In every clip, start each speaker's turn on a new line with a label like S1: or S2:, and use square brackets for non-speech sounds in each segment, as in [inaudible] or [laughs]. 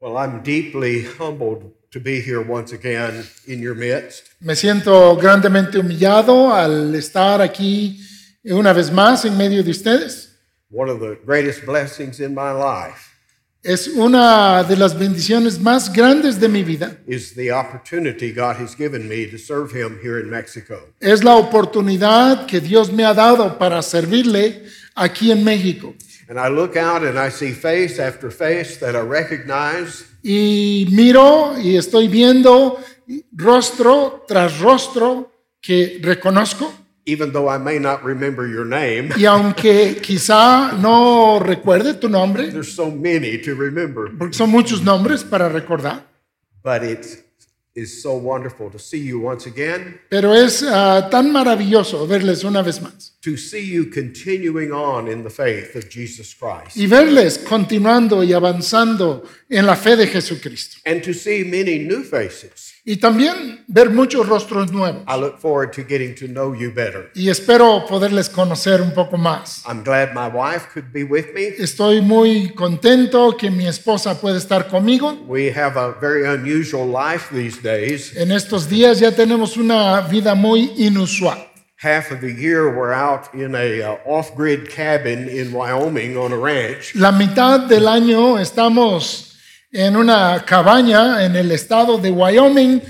S1: Well, I'm deeply humbled to be here once again in your midst.
S2: Me siento grandemente humillado al estar aquí una vez más en medio de ustedes.
S1: One of the greatest blessings in my life
S2: Es una de las bendiciones más grandes de mi vida.
S1: is the opportunity God has given me to serve Him here in Mexico.
S2: Es la oportunidad que Dios me ha dado para servirle aquí en México.
S1: And I look out and I see face after face that I recognize,
S2: Y miro y estoy viendo rostro tras rostro que reconozco.
S1: even though I may not remember your name.
S2: Y aunque quizá no recuerde tu nombre,
S1: There's so many to remember,
S2: porque son muchos nombres para recordar,
S1: but it is so wonderful to see you once again,
S2: pero es ah, tan maravilloso verles una vez más.
S1: to see you continuing on in the faith of Jesus Christ.
S2: y verles continuando y avanzando en la fe de Jesucristo.
S1: and to see many new faces.
S2: Y también ver muchos rostros nuevos.
S1: I look forward to getting to know you better.
S2: Y espero poderles conocer un poco más.
S1: I'm glad my wife could be with me.
S2: Estoy muy contento que mi esposa puede estar conmigo.
S1: We have a very unusual life these days.
S2: En estos días ya tenemos una vida muy inusual.
S1: Half of the year we're out in a uh, off-grid cabin in Wyoming on a ranch,
S2: La mitad del año estamos en una cabaña en el estado de Wyoming,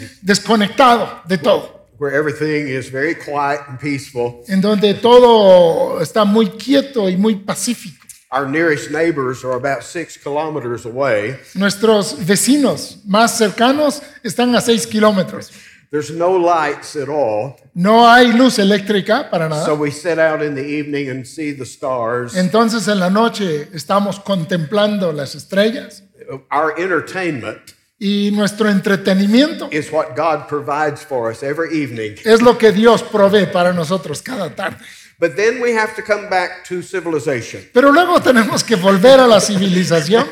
S2: desconectado de todo,
S1: where everything is very quiet and peaceful.
S2: en donde todo está muy quieto y muy pacífico.
S1: Our nearest neighbors are about 6 kilometers away.
S2: Nuestros vecinos más cercanos están a 6 kilómetros.
S1: There's no lights at all.
S2: No hay luz eléctrica para
S1: So
S2: nada.
S1: we set out in the evening and see the stars.
S2: Entonces en la noche estamos contemplando las estrellas
S1: Our entertainment
S2: y nuestro entretenimiento
S1: is what God provides for us every evening.
S2: es lo que Dios provee para nosotros cada tarde.
S1: But then we have to come back to civilization.
S2: Pero luego tenemos que volver a la civilización.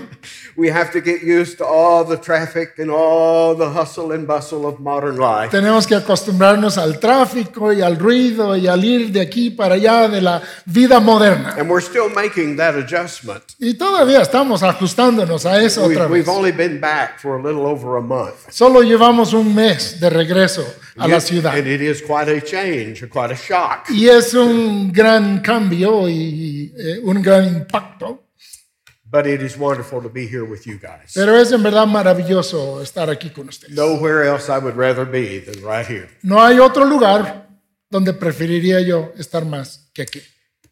S1: We have to get used to all the traffic and all the hustle and bustle of modern life.
S2: Tenemos que acostumbrarnos al tráfico y al ruido y al ir de aquí para allá de la vida moderna.
S1: And we're still making that adjustment.
S2: Y todavía estamos ajustándonos a eso
S1: We,
S2: otra
S1: we've
S2: vez.
S1: only been back for a little over a month.
S2: Solo llevamos un mes de regreso a la ciudad.
S1: And it is quite a change, quite a shock.
S2: Y es un gran cambio y eh, un gran impacto.
S1: But it is wonderful to be here with you guys.
S2: Pero es en verdad maravilloso estar aquí con ustedes.
S1: Nowhere else I would rather be than right here.
S2: No hay otro lugar donde preferiría yo estar más que aquí.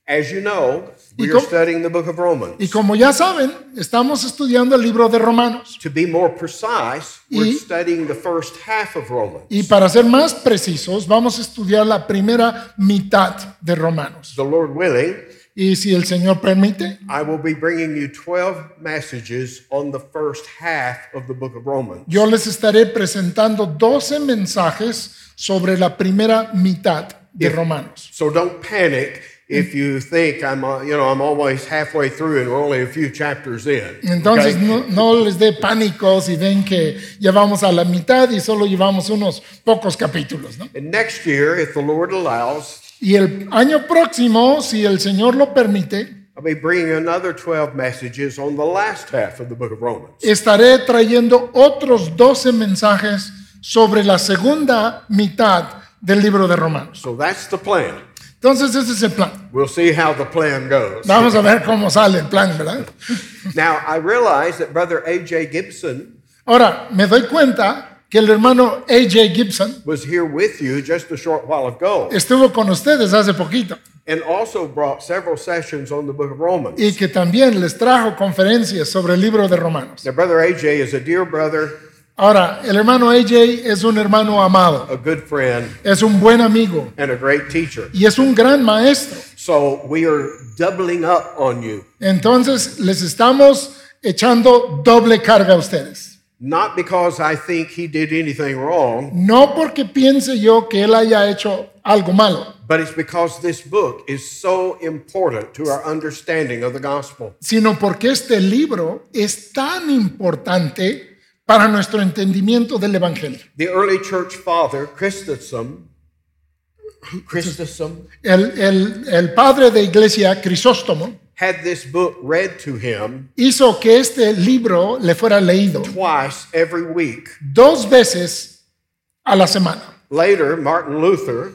S1: As you know, we
S2: Y
S1: are
S2: com-
S1: studying the book of
S2: Y
S1: Romans.
S2: como ya saben, estamos estudiando el libro de Romanos.
S1: To be more precise, we're
S2: Y-
S1: studying the first half of Romans.
S2: Y para ser más precisos, vamos a estudiar la primera mitad de Romanos.
S1: The Lord willing,
S2: Y si el Señor permite,
S1: I will be bringing you 12 messages on the first half of the book of Romans.
S2: yo les estaré presentando 12 mensajes sobre la primera mitad de Romanos.
S1: So don't panic if you think I'm, uh, you know, I'm always halfway through and we're only a few chapters in.
S2: Entonces
S1: okay?
S2: no, no les dé pánico si ven que llevamos a la mitad y solo llevamos unos pocos capítulos. ¿no?
S1: And next year, if the Lord allows,
S2: Y el año próximo, si el Señor lo permite,
S1: I'll be bringing another 12 messages on the last half of the book of Romans.
S2: estaré trayendo otros 12 mensajes sobre la segunda mitad del libro de Romanos.
S1: So that's the plan.
S2: Entonces ese es el plan.
S1: We'll see how the plan goes.
S2: Vamos a ver cómo sale el plan, ¿verdad?
S1: Now, I realize that Brother A.J. Gibson
S2: Ahora, me doy cuenta que el hermano AJ Gibson
S1: was here with you just a short while ago.
S2: estuvo con ustedes hace poquito
S1: and also brought several sessions on the book of Romans.
S2: y que también les trajo conferencias sobre el libro de Romanos.
S1: now, Brother AJ is a dear brother,
S2: Ahora, el hermano AJ es un hermano amado,
S1: a good friend,
S2: es un buen amigo
S1: and a great teacher.
S2: y es un gran maestro.
S1: So we are doubling up on you,
S2: Entonces, les estamos echando doble carga a ustedes.
S1: not because I think he did anything wrong,
S2: No porque piense yo que él haya hecho algo malo,
S1: but it's because this book is so important to our understanding of the gospel.
S2: sino porque este libro es tan importante para nuestro entendimiento del Evangelio.
S1: The early church father, Christosom, Christosom,
S2: El, el- el padre de iglesia, Crisóstomo,
S1: had this book read to him
S2: hizo que este libro le fuera leído
S1: twice every week.
S2: dos veces a la semana.
S1: Later, Martin Luther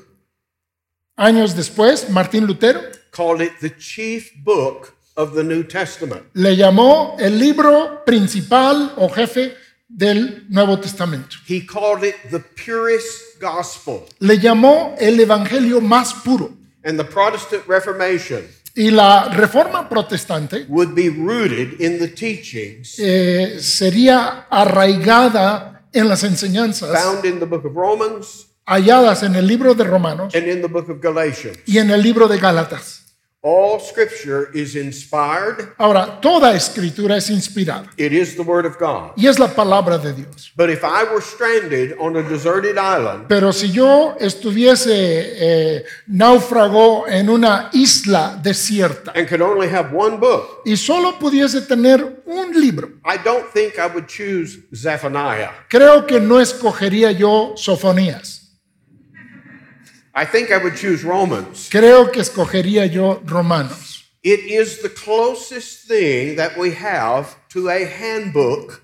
S2: Años después, Martín Lutero
S1: called it the chief book of the New Testament.
S2: le llamó el libro principal o jefe del Nuevo Testamento.
S1: He called it the purest gospel.
S2: Le llamó el Evangelio más puro.
S1: And the Protestant Reformation
S2: Y la reforma protestante
S1: would be rooted in the teachings
S2: eh, sería arraigada en las enseñanzas
S1: found in the book of Romans
S2: halladas en el libro de Romanos
S1: and in the book of Galatians.
S2: y en el libro de Gálatas.
S1: All scripture is inspired,
S2: Ahora, toda escritura es inspirada
S1: it is the word of God.
S2: y es la palabra de Dios.
S1: But if I were stranded on a deserted island,
S2: Pero si yo estuviese eh, náufrago en una isla desierta
S1: and could only have one book,
S2: y solo pudiese tener un libro,
S1: I don't think I would choose Zephaniah.
S2: creo que no escogería yo Sofonías.
S1: I think I would choose Romans.
S2: Creo que escogería yo Romanos.
S1: It is the closest thing that we have to a handbook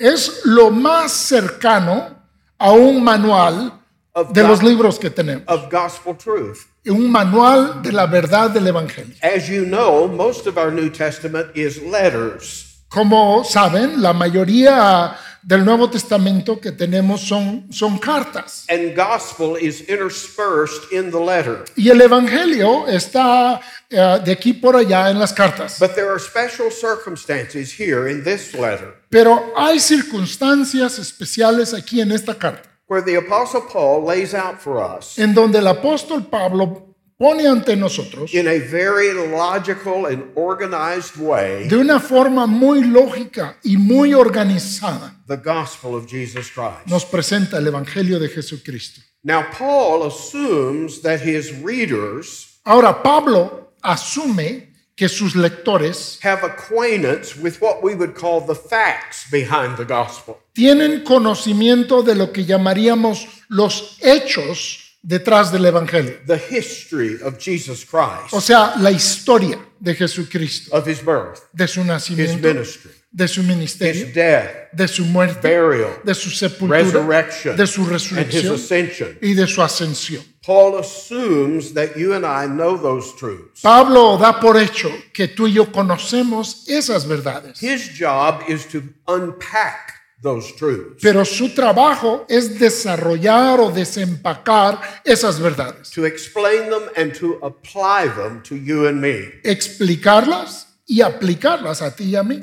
S2: Es lo más cercano a un manual
S1: of,
S2: de
S1: go-
S2: los libros que tenemos,
S1: of gospel truth.
S2: un manual de la verdad del Evangelio.
S1: As you know, most of our New Testament is letters.
S2: Como saben, la mayoría del Nuevo Testamento que tenemos son, son cartas.
S1: and gospel is interspersed in the letter.
S2: Y el Evangelio está eh, de aquí por allá en las cartas.
S1: But there are special circumstances here in this letter
S2: Pero hay circunstancias especiales aquí en esta carta,
S1: where the Apostle Paul lays out for us
S2: en donde el apóstol Pablo pone ante nosotros
S1: in a very logical and organized way
S2: de una forma muy lógica y muy organizada,
S1: the gospel of Jesus Christ.
S2: nos presenta el Evangelio de Jesucristo.
S1: Now, Paul assumes that his readers
S2: Ahora, Pablo asume que sus lectores
S1: have acquaintance with what we would call the facts behind the gospel.
S2: tienen conocimiento de lo que llamaríamos los hechos detrás del Evangelio,
S1: The history of Jesus Christ,
S2: o sea, la historia de Jesucristo,
S1: of his birth,
S2: de su
S1: his
S2: nacimiento,
S1: ministry,
S2: de su
S1: his
S2: ministerio,
S1: death,
S2: de su muerte,
S1: burial,
S2: de su sepultura,
S1: resurrection
S2: de su
S1: and his
S2: resurrección
S1: ascension.
S2: y de su ascensión.
S1: Paul assumes that you and I know those truths.
S2: Pablo da por hecho que tú y yo conocemos esas verdades,
S1: His job is to unpack those truths,
S2: pero su trabajo es desarrollar o desempacar esas verdades,
S1: to explain them and to apply them to you and me.
S2: explicarlas y aplicarlas a ti y a mí.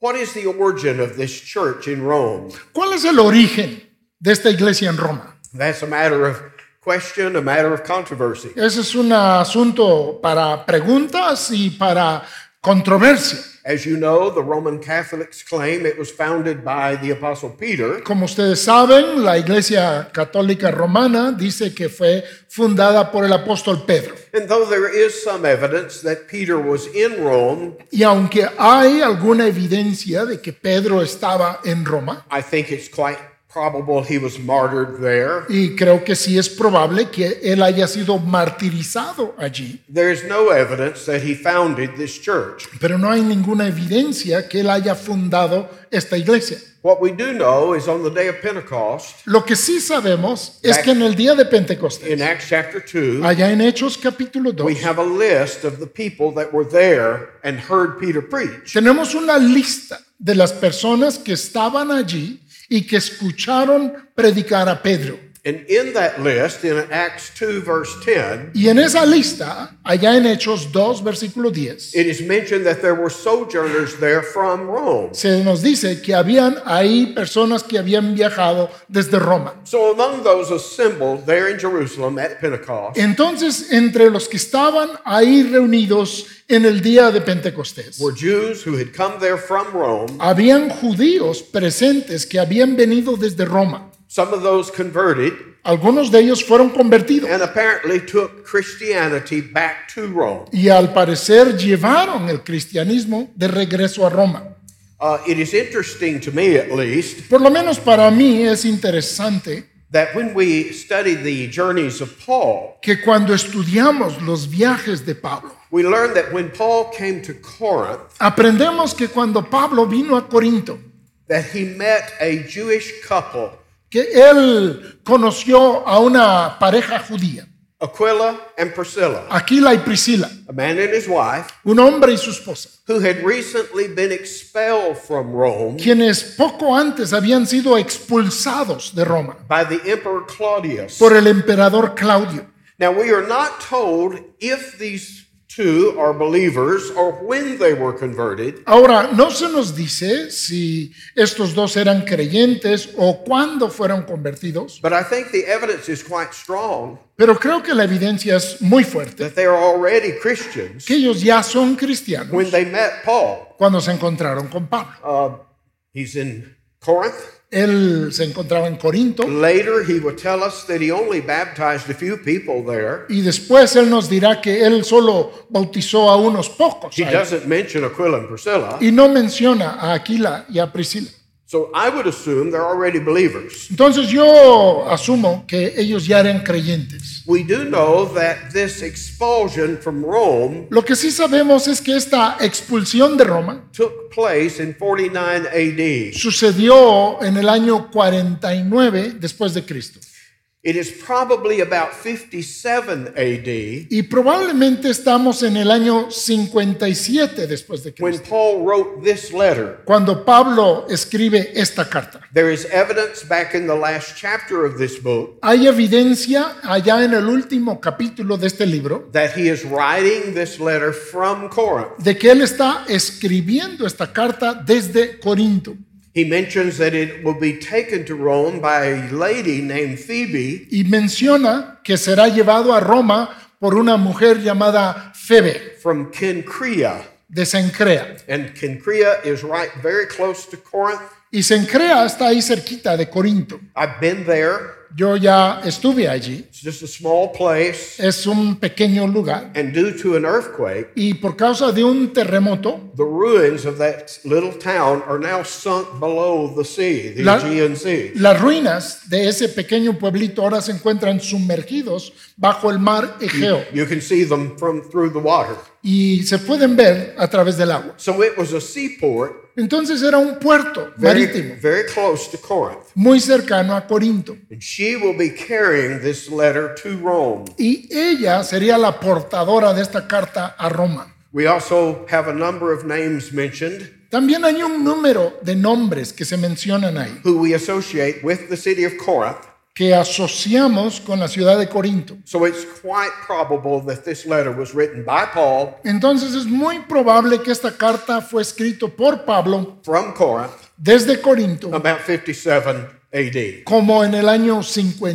S1: What is the origin of this church in Rome?
S2: ¿Cuál es el origen de esta iglesia en Roma?
S1: That's a matter of question, a matter of controversy.
S2: Ese es un asunto para preguntas y para controversia.
S1: As you know, the Roman Catholics claim it was founded by the Apostle Peter,
S2: Como ustedes saben, la Iglesia Católica Romana dice que fue fundada por el apóstol Pedro.
S1: and though there is some evidence that Peter was in Rome,
S2: Y aunque hay alguna evidencia de que Pedro estaba en Roma,
S1: I think it's quite probable he was martyred there.
S2: y creo que sí es probable que él haya sido martirizado allí,
S1: There is no evidence that he founded this church.
S2: pero no hay ninguna evidencia que él haya fundado esta iglesia.
S1: What we do know is on the day of Pentecost,
S2: Lo que sí sabemos es
S1: Back-
S2: que en el día de Pentecostés,
S1: in Acts chapter 2,
S2: allá en Hechos capítulo 2,
S1: we have a list of the people that were there and heard Peter preach.
S2: Tenemos una lista de las personas que estaban allí y que escucharon predicar a Pedro.
S1: And in that list, in Acts 2, verse 10,
S2: Y en esa lista, allá en Hechos 2, versículo 10,
S1: it is mentioned that there were sojourners there from Rome.
S2: se nos dice que habían ahí personas que habían viajado desde Roma.
S1: So among those assembled there in Jerusalem at Pentecost
S2: Entonces, entre los que estaban ahí reunidos en el día de Pentecostés,
S1: were Jews who had come there from Rome.
S2: habían judíos presentes que habían venido desde Roma.
S1: Some of those converted
S2: Algunos de ellos fueron convertidos.
S1: and apparently took Christianity back to Rome.
S2: y al parecer llevaron el cristianismo de regreso a Roma.
S1: Uh, it is interesting to me, at least,
S2: Por lo menos para mí es interesante
S1: that when we study the journeys of Paul,
S2: que cuando estudiamos los viajes de Pablo,
S1: we learn that when Paul came to Corinth,
S2: aprendemos que cuando Pablo vino a Corinto,
S1: that he met a Jewish couple,
S2: que él conoció a una pareja judía,
S1: Aquila and Priscilla,
S2: Aquila y Priscila,
S1: a man and his wife,
S2: un hombre y su esposa,
S1: who had recently been expelled from Rome
S2: quienes poco antes habían sido expulsados de Roma
S1: by the Emperor Claudius.
S2: por el emperador Claudio.
S1: Now, we are not told if these two are believers or when they were converted,
S2: Ahora, no se nos dice si estos dos eran creyentes o cuándo fueron convertidos,
S1: but I think the evidence is quite strong
S2: pero creo que la evidencia es muy fuerte,
S1: that they are already Christians
S2: que ellos ya son
S1: when
S2: cristianos
S1: they met Paul.
S2: cuando se encontraron con Pablo.
S1: Uh, he's in Corinth.
S2: Él se encontraba en Corinto
S1: Later, he will tell us that he only baptized a few people there.
S2: y después él nos dirá que él solo bautizó a unos pocos
S1: He
S2: ahí,
S1: doesn't mention Aquila and Priscilla.
S2: y no menciona a Aquila y a Priscila.
S1: So I would assume they're already believers.
S2: Entonces yo asumo que ellos ya eran creyentes.
S1: We do know that this expulsion from Rome
S2: Lo que sí sabemos es que esta expulsión de Roma
S1: took place in 49 AD. It
S2: sucedió en el año 49 después de Cristo.
S1: is probably about 57 AD
S2: Y probablemente estamos en el año 57 después de
S1: when
S2: Cristo,
S1: Paul wrote this letter.
S2: cuando Pablo escribe esta carta.
S1: There is evidence back in the last chapter of this book
S2: Hay evidencia allá en el último capítulo de este libro
S1: that he is writing this letter from Corinth.
S2: de que él está escribiendo esta carta desde Corinto.
S1: He mentions that it will be taken to Rome by a lady named Phoebe,
S2: Y menciona que será llevado a Roma por una mujer llamada Febe
S1: from Cenchrea.
S2: de Sencrea.
S1: And Cenchrea is right very close to Corinth.
S2: Y Sencrea está ahí cerquita de Corinto.
S1: I've been there.
S2: Yo ya estuve allí.
S1: It's just a small place.
S2: Es un pequeño lugar.
S1: And due to an earthquake,
S2: Y por causa de un terremoto,
S1: the ruins of that little town are now sunk below the sea, the
S2: La-
S1: Aegean Sea.
S2: las ruinas de ese pequeño pueblito ahora se encuentran sumergidos bajo el mar Egeo
S1: You can see them from through the water.
S2: y se pueden ver a través del agua.
S1: So it was a seaport
S2: Entonces era un puerto
S1: very,
S2: marítimo
S1: very close to Corinth.
S2: muy cercano a Corinto.
S1: And she will be carrying this letter to Rome.
S2: Y ella sería la portadora de esta carta a Roma.
S1: We also have a number of names mentioned
S2: También hay un número de nombres que se mencionan ahí,
S1: who we associate with the city of Corinth.
S2: que asociamos con la ciudad de Corinto.
S1: So it's quite probable that this letter was written by Paul
S2: Entonces es muy probable que esta carta fue escrita por Pablo
S1: from Corinth
S2: desde Corinto,
S1: about 57 AD.
S2: como en el año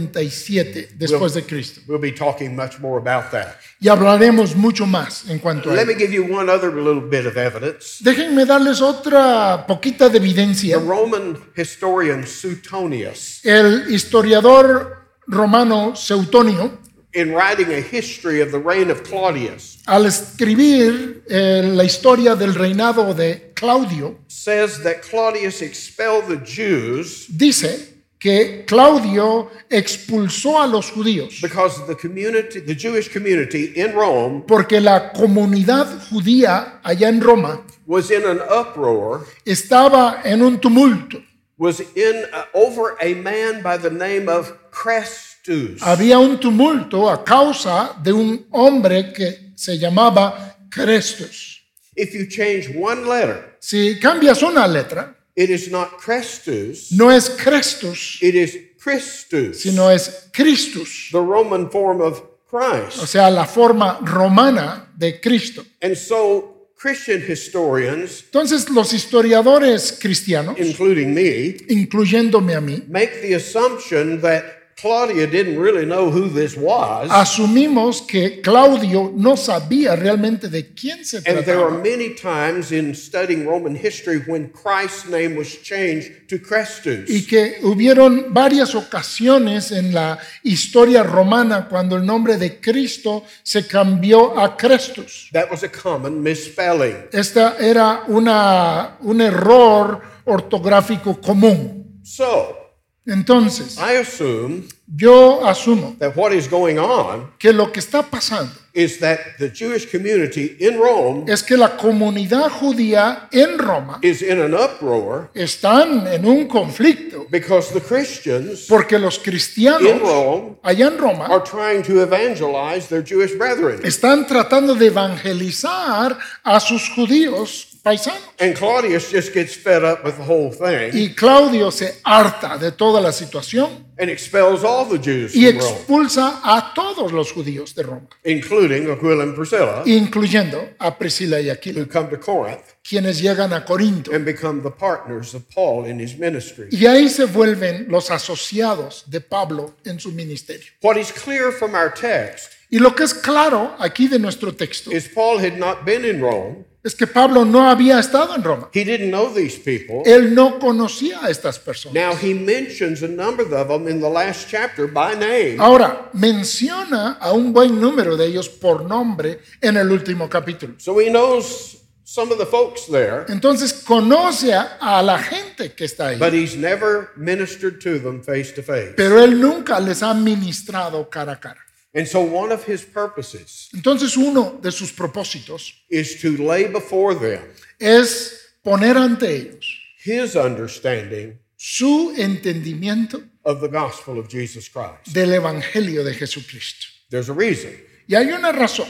S2: 57 después de Cristo.
S1: We'll be talking much more about that.
S2: Y hablaremos mucho más en cuanto a
S1: Let
S2: ello.
S1: me give you one other little bit of evidence.
S2: Déjenme darles otra poquita de
S1: The
S2: evidencia.
S1: Roman historian Suetonius,
S2: El historiador romano Seutonio,
S1: in writing a history of the reign of Claudius,
S2: al escribir eh, la historia del reinado de Claudio,
S1: says that Claudius expelled the Jews
S2: dice que Claudio expulsó a los judíos
S1: because the community, the Jewish community in Rome
S2: porque la comunidad judía allá en Roma
S1: was in an uproar,
S2: estaba en un tumulto.
S1: was in uh, over a man by the name of Crestus.
S2: Había un tumulto a causa de un hombre que se llamaba Crestus.
S1: If you change one letter,
S2: Si cambias una letra,
S1: it is not Crestus,
S2: no es Crestus,
S1: it is Christus,
S2: sino es Christus,
S1: the Roman form of
S2: o
S1: Christ.
S2: sea, la forma romana de Cristo.
S1: And so Christian historians,
S2: Entonces los historiadores cristianos,
S1: including me,
S2: incluyéndome a mí,
S1: make the assumption that Claudia didn't really know who this
S2: Ah,
S1: was.
S2: asumimos que Claudio no sabía realmente de quién se
S1: And there are
S2: trataba.
S1: many times in studying Roman history when Christ's name was changed to Crestus.
S2: Y que hubieron varias ocasiones en la historia romana cuando el nombre de Cristo se cambió a Crestus.
S1: That was a common misspelling.
S2: Esta era una, un error ortográfico común.
S1: So,
S2: Entonces,
S1: I assume
S2: yo asumo
S1: that what is going on
S2: que lo que está pasando
S1: is that the Jewish community in Rome
S2: es que la comunidad judía en Roma
S1: is in an uproar
S2: están en un conflicto
S1: because the Christians
S2: porque los
S1: in
S2: cristianos
S1: Rome
S2: allá en Roma
S1: are trying to evangelize their Jewish brethren.
S2: están tratando de evangelizar a sus judíos paisanos.
S1: And Claudius just gets fed up with the whole thing
S2: Y Claudio se harta de toda la situación
S1: and expels all the Jews
S2: y
S1: from Rome,
S2: expulsa a todos los judíos de Roma,
S1: including Aquila and Priscilla,
S2: incluyendo a Priscila y Aquila,
S1: who come to Corinth
S2: quienes llegan a Corinto.
S1: and become the partners of Paul in his ministry.
S2: Y ahí se vuelven los asociados de Pablo en su ministerio.
S1: What is clear from our text
S2: Y lo que es claro aquí de nuestro texto
S1: is Paul had not been in Rome.
S2: es que Pablo no había estado en Roma.
S1: He didn't know these people.
S2: Él no conocía a estas personas.
S1: Now he mentions a number of them in the last chapter by name.
S2: Ahora, menciona a un buen número de ellos por nombre en el último capítulo.
S1: So he knows some of the folks there,
S2: Entonces conoce a, a la gente que está ahí,
S1: but he's never ministered to them face to face.
S2: pero él nunca les ha ministrado cara a cara.
S1: And so one of his purposes
S2: Entonces uno de sus propósitos
S1: is to lay before them
S2: es poner ante ellos
S1: his understanding
S2: su entendimiento
S1: of the gospel of Jesus Christ.
S2: del Evangelio de Jesucristo.
S1: There's a reason.
S2: Y hay una razón.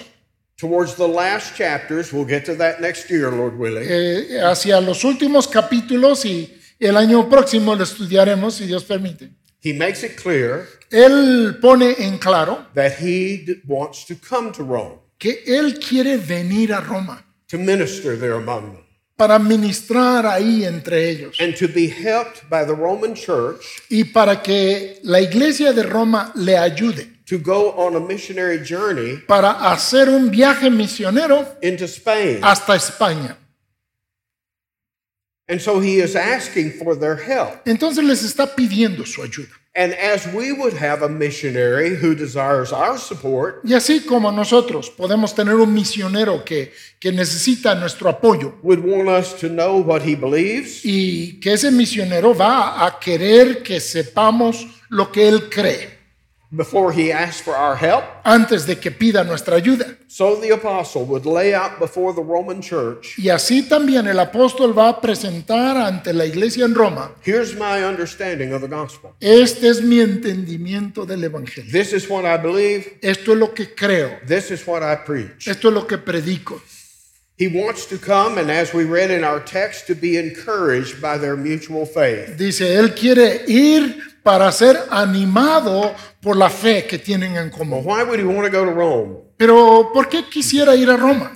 S1: Towards the last chapters, we'll get to that next year, Lord willing.
S2: Eh, hacia los últimos capítulos y el año próximo lo estudiaremos, si Dios permite.
S1: He makes it clear
S2: Él pone en claro
S1: that he d- wants to come to Rome
S2: que él quiere venir a Roma
S1: to minister there among them
S2: para ministrar ahí entre ellos
S1: and to be helped by the Roman church
S2: y para que la iglesia de Roma le ayude
S1: to go on a missionary journey
S2: para hacer un viaje misionero
S1: into Spain.
S2: hasta España.
S1: And so he is asking for their help.
S2: Entonces les está pidiendo su ayuda.
S1: And as we would have a missionary who desires our support,
S2: Y así como nosotros podemos tener un misionero que, que necesita nuestro apoyo
S1: would want us to know what he believes,
S2: y que ese misionero va a querer que sepamos lo que él cree
S1: before he asked for our help.
S2: antes de que pida nuestra ayuda.
S1: So the apostle would lay out before the Roman church
S2: Y así también el apóstol va a presentar ante la iglesia en Roma,
S1: here's my understanding of the gospel.
S2: este es mi entendimiento del Evangelio.
S1: This is what I believe.
S2: Esto es lo que creo,
S1: This is what I preach.
S2: esto es lo que predico.
S1: He wants to come, and as we read in our text, to be encouraged by their mutual faith.
S2: Dice, él quiere ir para ser animado por la fe que tienen en
S1: Well,
S2: común.
S1: why would he want to go to Rome?
S2: Pero, ¿por qué quisiera ir a Roma?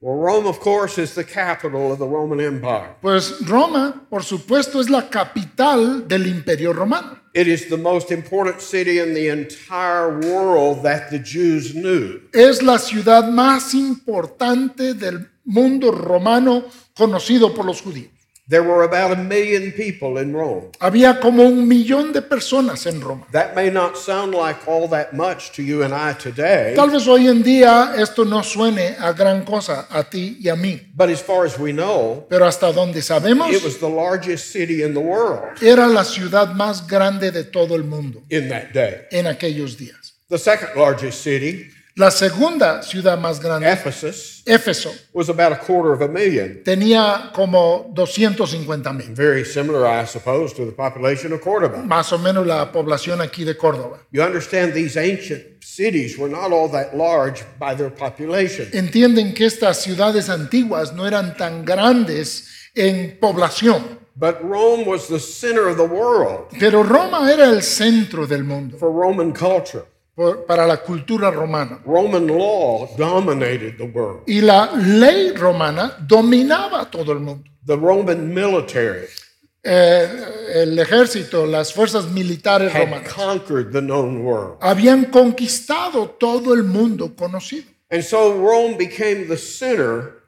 S1: Well, Rome, of course, is the capital of the Roman Empire.
S2: Pues Roma, por supuesto, es la capital del imperio romano.
S1: It is the most important city in the entire world that the Jews knew.
S2: Es la ciudad más importante del mundo romano conocido por los judíos.
S1: There were about a million people in Rome.
S2: Había como un millón de personas en Roma.
S1: That may not sound like all that much to you and I today,
S2: Tal vez hoy en día esto no suene a gran cosa a ti y a mí,
S1: but as far as we know,
S2: pero hasta donde sabemos,
S1: it was the largest city in the world
S2: era la ciudad más grande de todo el mundo
S1: in that day.
S2: en aquellos días.
S1: The second largest city,
S2: La segunda ciudad más grande,
S1: Ephesus,
S2: Éfeso,
S1: was about a quarter of a million.
S2: tenía como 250 mil,
S1: Very similar, I suppose, to the population of Cordoba.
S2: más o menos la población aquí de Córdoba.
S1: You understand these ancient cities were not all that large by their population.
S2: Entienden que estas ciudades antiguas no eran tan grandes en población,
S1: But Rome was the center of the world
S2: pero Roma era el centro del mundo.
S1: for Roman culture.
S2: por- para la cultura romana.
S1: Roman law dominated the world.
S2: Y la ley romana dominaba a todo el mundo.
S1: The Roman military
S2: Eh, el ejército, las fuerzas militares
S1: had
S2: romanas
S1: conquered the known world.
S2: habían conquistado todo el mundo conocido.
S1: And so Rome became the center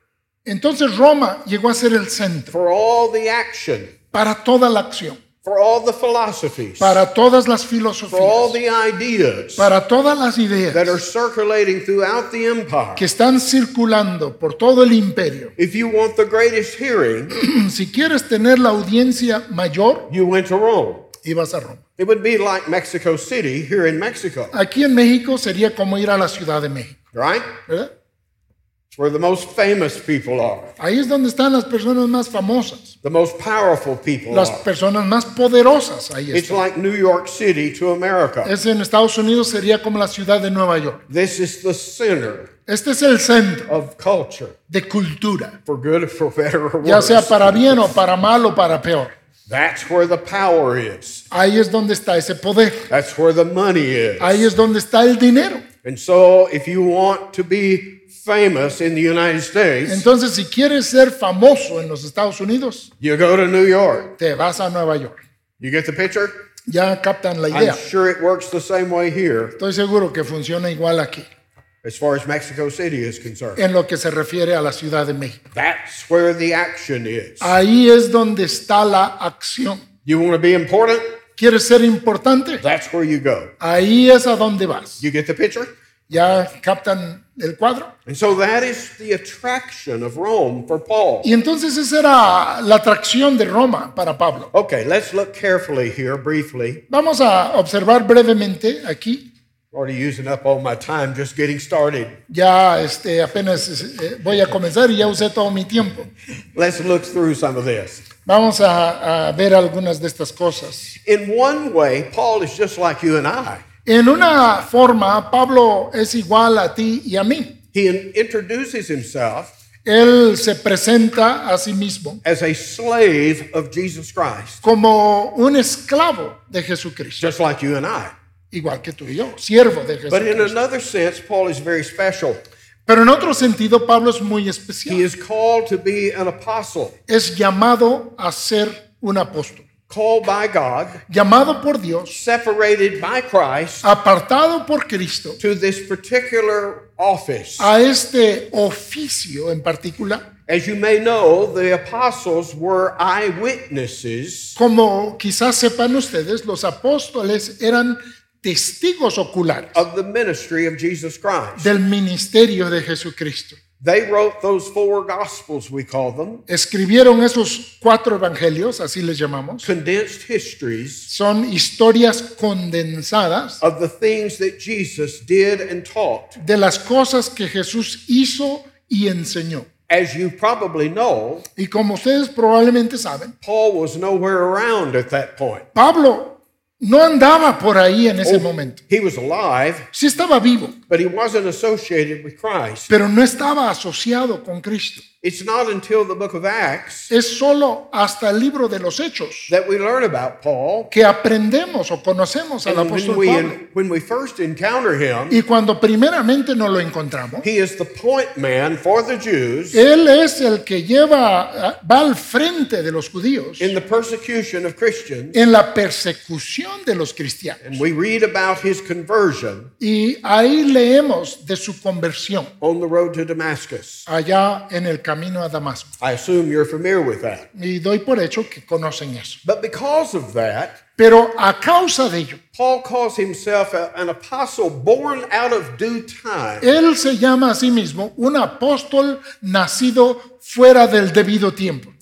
S2: Entonces Roma llegó a ser el centro
S1: for all the action,
S2: para toda la acción,
S1: for all the philosophies, for
S2: para todas las
S1: all
S2: filosofías,
S1: the ideas
S2: para todas las
S1: that are
S2: ideas
S1: circulating throughout the empire.
S2: que están circulando por todo el imperio. [clears throat]
S1: If you want the greatest hearing,
S2: Si quieres tener la audiencia mayor,
S1: you went to Rome.
S2: ibas a Roma.
S1: It would be like Mexico City here in Mexico,
S2: Aquí en México sería como ir a la Ciudad de México,
S1: right?
S2: ¿verdad?
S1: It's where the most famous people are,
S2: Ahí es donde están las personas más famosas,
S1: the most powerful people
S2: las
S1: are.
S2: personas más poderosas. Ahí
S1: It's
S2: están.
S1: like New York City to America.
S2: Es en Estados Unidos sería como la ciudad de Nueva York.
S1: This is the center
S2: Este es el centro
S1: of culture,
S2: de cultura,
S1: for good or for better or
S2: ya sea
S1: worse.
S2: para bien o para mal o para peor.
S1: That's where the power is.
S2: Ahí es donde está ese poder.
S1: That's where the money is.
S2: Ahí es donde está el dinero.
S1: And so, if you want to be famous in the United States,
S2: Entonces, si quieres ser famoso en los Estados Unidos,
S1: you go to New York.
S2: te vas a Nueva York.
S1: You get the picture?
S2: Ya captan la idea.
S1: I'm sure it works the same way here
S2: Estoy seguro que funciona igual aquí,
S1: as far as Mexico City is concerned.
S2: en lo que se refiere a la Ciudad de México.
S1: That's where the action is.
S2: Ahí es donde está la acción.
S1: You want to be important?
S2: ¿Quieres ser importante?
S1: That's where you go.
S2: Ahí es a donde vas.
S1: You get the picture?
S2: ¿Ya captan el cuadro?
S1: And so that is the attraction of Rome for Paul.
S2: Y entonces esa era la atracción de Roma para Pablo.
S1: Okay, let's look carefully here briefly.
S2: Vamos a observar brevemente aquí.
S1: Already using up all my time just getting started.
S2: Ya este, apenas eh, voy a comenzar y ya usé todo mi tiempo.
S1: Let's look through some of this.
S2: Vamos a, a ver algunas de estas cosas.
S1: In one way, Paul is just like you and I.
S2: En una forma, Pablo es igual a ti y a mí.
S1: He in- introduces himself
S2: Él se presenta a sí mismo
S1: as a slave of Jesus Christ,
S2: como un esclavo de Jesucristo,
S1: just like you and I.
S2: igual que tú y yo, siervo de
S1: But in
S2: Jesucristo.
S1: another sense, Paul is very special.
S2: Pero en otro sentido, Pablo es muy
S1: He
S2: especial.
S1: is called to be an apostle,
S2: Es llamado a ser un apóstol,
S1: called by God,
S2: llamado por Dios,
S1: separated by Christ
S2: apartado por Cristo
S1: to this particular office.
S2: a este oficio en particular.
S1: As you may know, the apostles were eyewitnesses
S2: Como quizás sepan ustedes, los apóstoles eran testigos oculares
S1: of the ministry of Jesus Christ.
S2: del ministerio de Jesucristo.
S1: They wrote those four gospels, we call them,
S2: Escribieron esos cuatro evangelios, así les llamamos.
S1: condensed histories
S2: Son historias condensadas
S1: of the things that Jesus did and taught.
S2: de las cosas que Jesús hizo y enseñó.
S1: As you probably know,
S2: Y como ustedes probablemente saben,
S1: Paul was nowhere around at that point.
S2: Pablo no andaba por ahí en ese momento.
S1: He was alive,
S2: Sí estaba vivo,
S1: but he wasn't associated with Christ.
S2: pero no estaba asociado con Cristo.
S1: It's not until the book of Acts
S2: Es solo hasta el libro de los Hechos
S1: that we learn about Paul.
S2: que aprendemos o conocemos al
S1: And
S2: apóstol
S1: when we,
S2: Pablo.
S1: when we first encounter him,
S2: Y cuando primeramente no lo encontramos,
S1: he is the point man for the Jews
S2: él es el que lleva, a- va al frente de los judíos
S1: in the persecution of Christians.
S2: en la persecución de los cristianos.
S1: And we read about his conversion
S2: Y ahí leemos de su conversión
S1: on the road to Damascus.
S2: allá en el camino a Damasco.
S1: I assume you're familiar with that.
S2: Y doy por hecho que conocen eso.
S1: But because of that,
S2: Pero a causa de ello,
S1: Paul calls himself a- an apostle born out of due time.
S2: él se llama a sí mismo un apóstol nacido fuera del debido tiempo.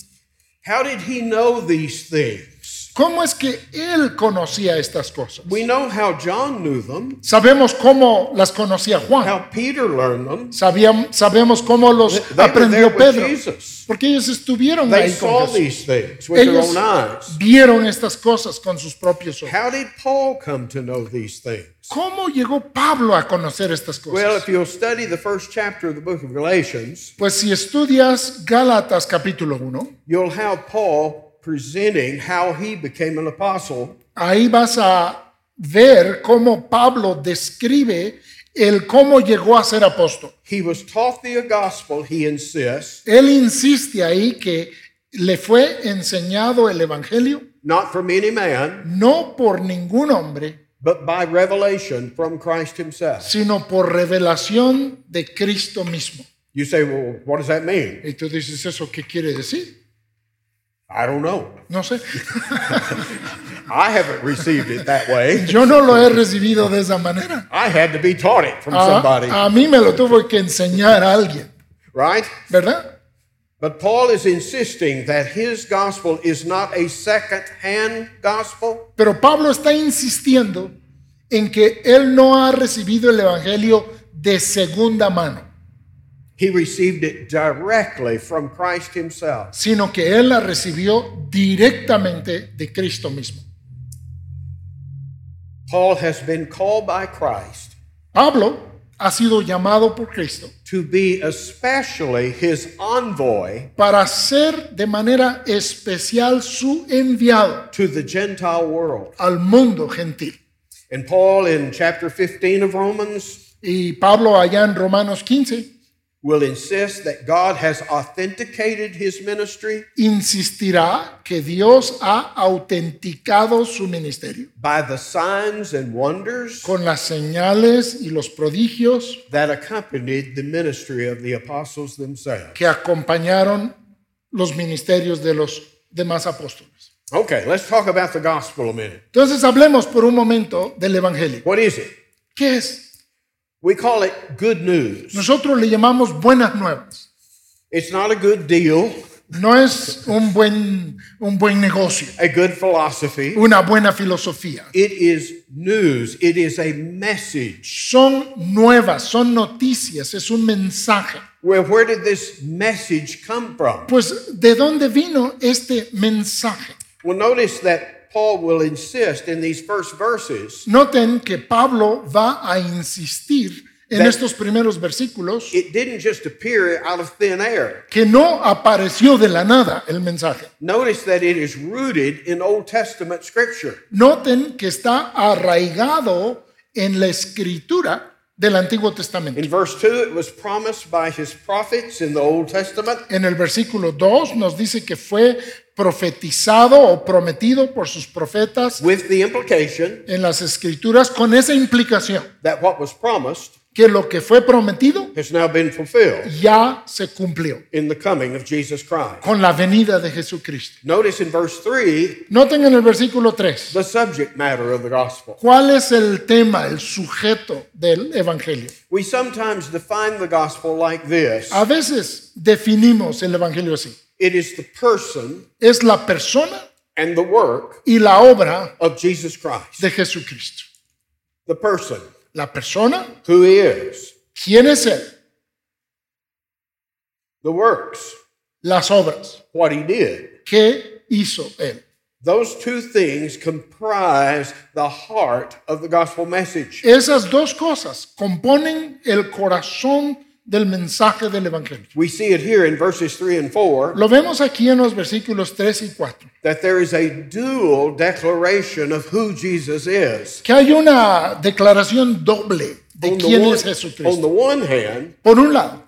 S1: How did he know these things?
S2: ¿Cómo es que él conocía estas cosas?
S1: We know how John knew them,
S2: Sabemos cómo las conocía Juan.
S1: how Peter learned them.
S2: Sabiam- sabemos cómo los
S1: They were there
S2: aprendió
S1: with
S2: Pedro.
S1: Jesus.
S2: Porque ellos estuvieron
S1: They
S2: ahí
S1: saw
S2: con Jesús.
S1: these things with their
S2: Ellos
S1: own eyes.
S2: vieron estas cosas con sus propios ojos.
S1: How did Paul come to know these things?
S2: ¿Cómo llegó Pablo a conocer estas
S1: Well,
S2: cosas?
S1: if you'll study the first chapter of the book of Galatians,
S2: Pues si estudias Gálatas capítulo 1,
S1: you'll have Paul presenting how he became an apostle
S2: ahí vas a ver cómo Pablo describe el cómo llegó a ser apóstol.
S1: He was taught the gospel, he insists,
S2: Él insiste ahí que le fue enseñado el Evangelio
S1: not from any man,
S2: no por ningún hombre,
S1: but by revelation from Christ himself.
S2: sino por revelación de Cristo mismo.
S1: You say, well, what does that mean?
S2: Y tú dices, ¿eso qué quiere decir?
S1: I don't know.
S2: No sé. [laughs]
S1: I haven't received it that way.
S2: Yo no lo he recibido de esa manera. Ah,
S1: I had to be taught
S2: Uh-huh.
S1: it from somebody,
S2: A, a mí me lo tuvo que enseñar a alguien,
S1: right?
S2: ¿verdad?
S1: But Paul is insisting that his gospel is not a second hand gospel.
S2: Pero Pablo está insistiendo en que él no ha recibido el Evangelio de segunda mano,
S1: He received it directly from Christ himself.
S2: sino que él la recibió directamente de Cristo mismo.
S1: Paul has been called by Christ
S2: Pablo ha sido llamado por Cristo
S1: to be especially his envoy
S2: para ser de manera especial su enviado
S1: to the Gentile world.
S2: al mundo gentil.
S1: And Paul, in chapter 15 of Romans,
S2: Y Pablo allá en Romanos 15
S1: will insist that God has authenticated his ministry
S2: insistirá que Dios ha autenticado su ministerio
S1: by the signs and wonders
S2: con las señales y los prodigios
S1: that accompanied the ministry of the apostles themselves.
S2: que acompañaron los ministerios de los demás apóstoles.
S1: Okay, let's talk about the gospel a minute.
S2: Entonces hablemos por un momento del Evangelio.
S1: What is it?
S2: ¿Qué es?
S1: We call it good news.
S2: Nosotros le llamamos buenas nuevas.
S1: It's not a good deal,
S2: No es un buen, un buen negocio,
S1: a good philosophy.
S2: una buena filosofía.
S1: It is news, it is a message.
S2: Son nuevas, son noticias, es un mensaje.
S1: Where, where did this message come from?
S2: Pues, ¿de dónde vino este mensaje?
S1: Well, notice that Paul will insist in these first verses
S2: Noten que Pablo va a insistir en
S1: That-
S2: estos primeros versículos
S1: it didn't just appear out of thin air.
S2: que no apareció de la nada el mensaje.
S1: Notice that it is rooted in Old Testament scripture.
S2: Noten que está arraigado en la escritura del Antiguo Testamento.
S1: In verse 2, it was promised by his prophets in the Old Testament.
S2: En el versículo 2 nos dice que fue profetizado o prometido por sus profetas
S1: with the implication
S2: en las escrituras con esa implicación,
S1: that what was promised
S2: que lo que fue prometido
S1: has now been fulfilled
S2: ya se cumplió
S1: in the coming of Jesus Christ.
S2: con la venida de Jesucristo.
S1: Notice in verse 3
S2: Noten en el versículo 3
S1: the subject matter of the gospel.
S2: cuál es el tema, el sujeto del Evangelio.
S1: We sometimes define the gospel like this
S2: A veces definimos el Evangelio así.
S1: it is the person
S2: Es la persona
S1: and the work
S2: y la obra
S1: of Jesus Christ.
S2: de Jesucristo.
S1: The person,
S2: La persona,
S1: who he is,
S2: ¿quién es Él?
S1: the works,
S2: Las obras,
S1: what he did.
S2: ¿qué hizo Él?
S1: Those two things comprise the heart of the gospel message.
S2: Esas dos cosas componen el corazón del mensaje del Evangelio.
S1: We see it here in verses 3 and 4.
S2: Lo vemos aquí en los versículos 3 y 4,
S1: that there is a dual declaration of who Jesus is.
S2: que hay una declaración doble de
S1: On the,
S2: quién
S1: one,
S2: es
S1: on the
S2: Jesucristo.
S1: one hand,
S2: Por un lado,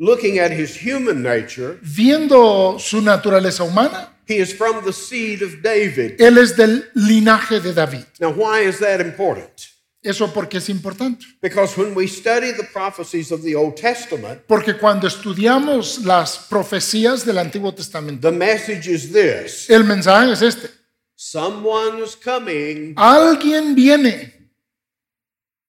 S1: looking at his human nature,
S2: viendo su naturaleza humana,
S1: he is from the seed of David.
S2: Él es del linaje de David.
S1: Now, why is that important?
S2: Eso porque es importante.
S1: Because when we study the prophecies of the Old Testament,
S2: Porque cuando estudiamos las profecías del Antiguo Testamento,
S1: the message is this
S2: el mensaje es este.
S1: someone's coming.
S2: Alguien viene.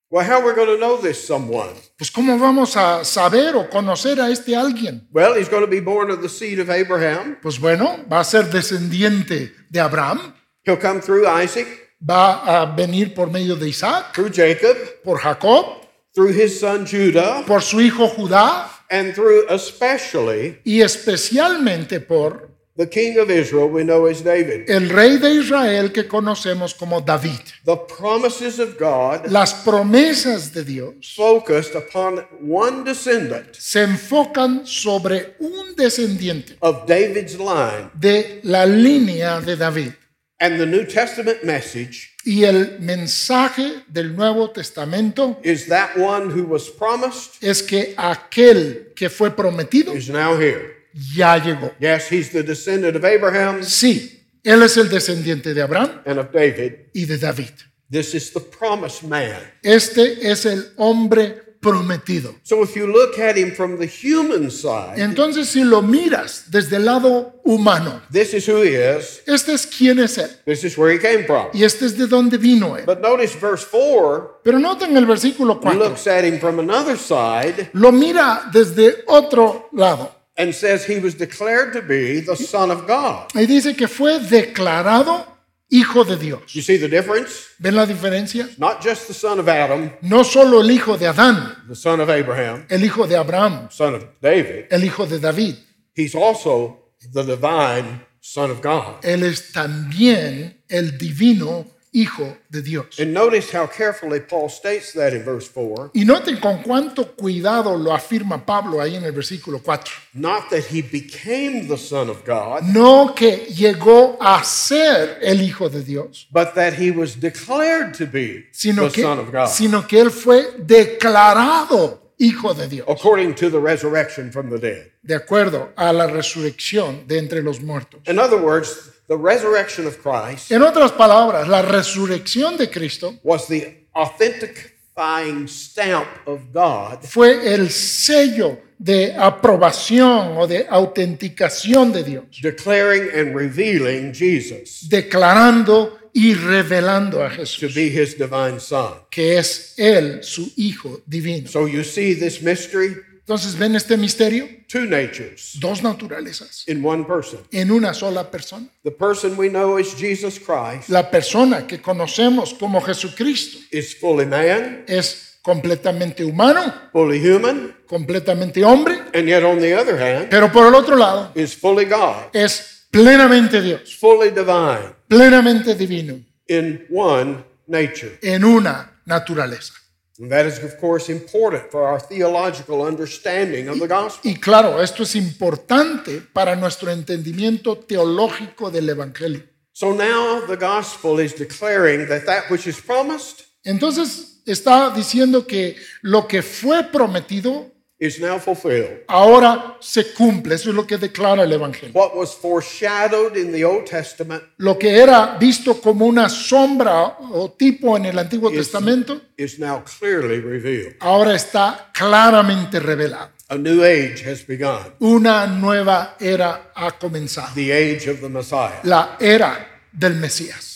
S1: Well, how are we going to know this someone?
S2: Pues ¿cómo vamos a saber o conocer a este alguien?
S1: Well, he's going to be born of the seed of Abraham.
S2: Pues bueno, va a ser descendiente de Abraham,
S1: He'll come through Isaac,
S2: va a venir por medio de Isaac,
S1: through Jacob,
S2: por Jacob,
S1: through his son Judah,
S2: por su hijo Judá
S1: and through especially
S2: y especialmente por
S1: The king of Israel we know as David.
S2: el rey de Israel que conocemos como David.
S1: The promises of God
S2: Las promesas de Dios
S1: focused upon one descendant
S2: se enfocan sobre un descendiente
S1: of David's line.
S2: de la línea de David.
S1: And the New Testament message
S2: Y el mensaje del Nuevo Testamento
S1: is that one who was promised
S2: es que aquel que fue prometido
S1: is now here.
S2: ya llegó.
S1: Yes, he's the descendant of Abraham
S2: Sí, él es el descendiente de Abraham
S1: and of David.
S2: y de David.
S1: This is the promised man.
S2: Este es el hombre prometido.
S1: So if you look at him from the human side,
S2: Entonces, si lo miras desde el lado humano,
S1: this is who he is,
S2: este es quién es él
S1: this is where he came from.
S2: y este es de dónde vino él.
S1: But notice verse 4
S2: Pero noten el versículo 4.
S1: looks at him from another side
S2: Lo mira desde otro lado
S1: and says he was declared to be the Son of God.
S2: Y dice que fue declarado hijo de Dios.
S1: You see the difference?
S2: ¿Ven la diferencia?
S1: Not just the son of Adam,
S2: No solo el hijo de Adán,
S1: the son of Abraham,
S2: el hijo de Abraham,
S1: son of David,
S2: el hijo de David.
S1: he's also the divine Son of God.
S2: Él es también el divino hijo de Dios.
S1: And notice how carefully Paul states that in verse 4.
S2: Y noten con cuánto cuidado lo afirma Pablo ahí en el versículo 4.
S1: Not that he became the Son of God,
S2: No que llegó a ser el hijo de Dios,
S1: but that he was declared to be
S2: sino
S1: the
S2: que,
S1: Son of God
S2: sino que él fue declarado hijo de Dios,
S1: according to the resurrection from the dead.
S2: de acuerdo a la resurrección de entre los muertos.
S1: In other words, the resurrection of Christ
S2: En otras palabras, la resurrección de Cristo
S1: was the authentifying stamp of God
S2: fue el sello de aprobación o de autenticación de Dios,
S1: declaring and revealing Jesus
S2: declarando y revelando a
S1: to
S2: Jesús,
S1: be his divine son.
S2: que es Él su Hijo divino.
S1: So you see this mystery,
S2: Entonces, ¿ven este misterio?
S1: two natures
S2: Dos naturalezas
S1: in one person.
S2: en una sola persona.
S1: The person we know as Jesus Christ
S2: La persona que conocemos como Jesucristo
S1: is fully man,
S2: es completamente humano,
S1: fully human,
S2: completamente hombre,
S1: and yet on the other hand
S2: pero por el otro lado
S1: is fully God,
S2: es plenamente Dios,
S1: fully divine
S2: plenamente divino,
S1: in one nature.
S2: en una naturaleza.
S1: And that is of course important for our theological understanding of the gospel.
S2: Y claro, esto es importante para nuestro entendimiento teológico del Evangelio.
S1: So now the gospel is declaring that that which is promised
S2: Entonces está diciendo que lo que fue prometido
S1: is now fulfilled.
S2: ahora se cumple. Eso es lo que declara el Evangelio.
S1: What was foreshadowed in the Old Testament
S2: Lo que era visto como una sombra o tipo en el Antiguo
S1: Yes.
S2: Testamento,
S1: is now clearly revealed.
S2: ahora está claramente revelado.
S1: A new age has begun,
S2: Una nueva era ha comenzado,
S1: the age of the Messiah.
S2: la era del Mesías.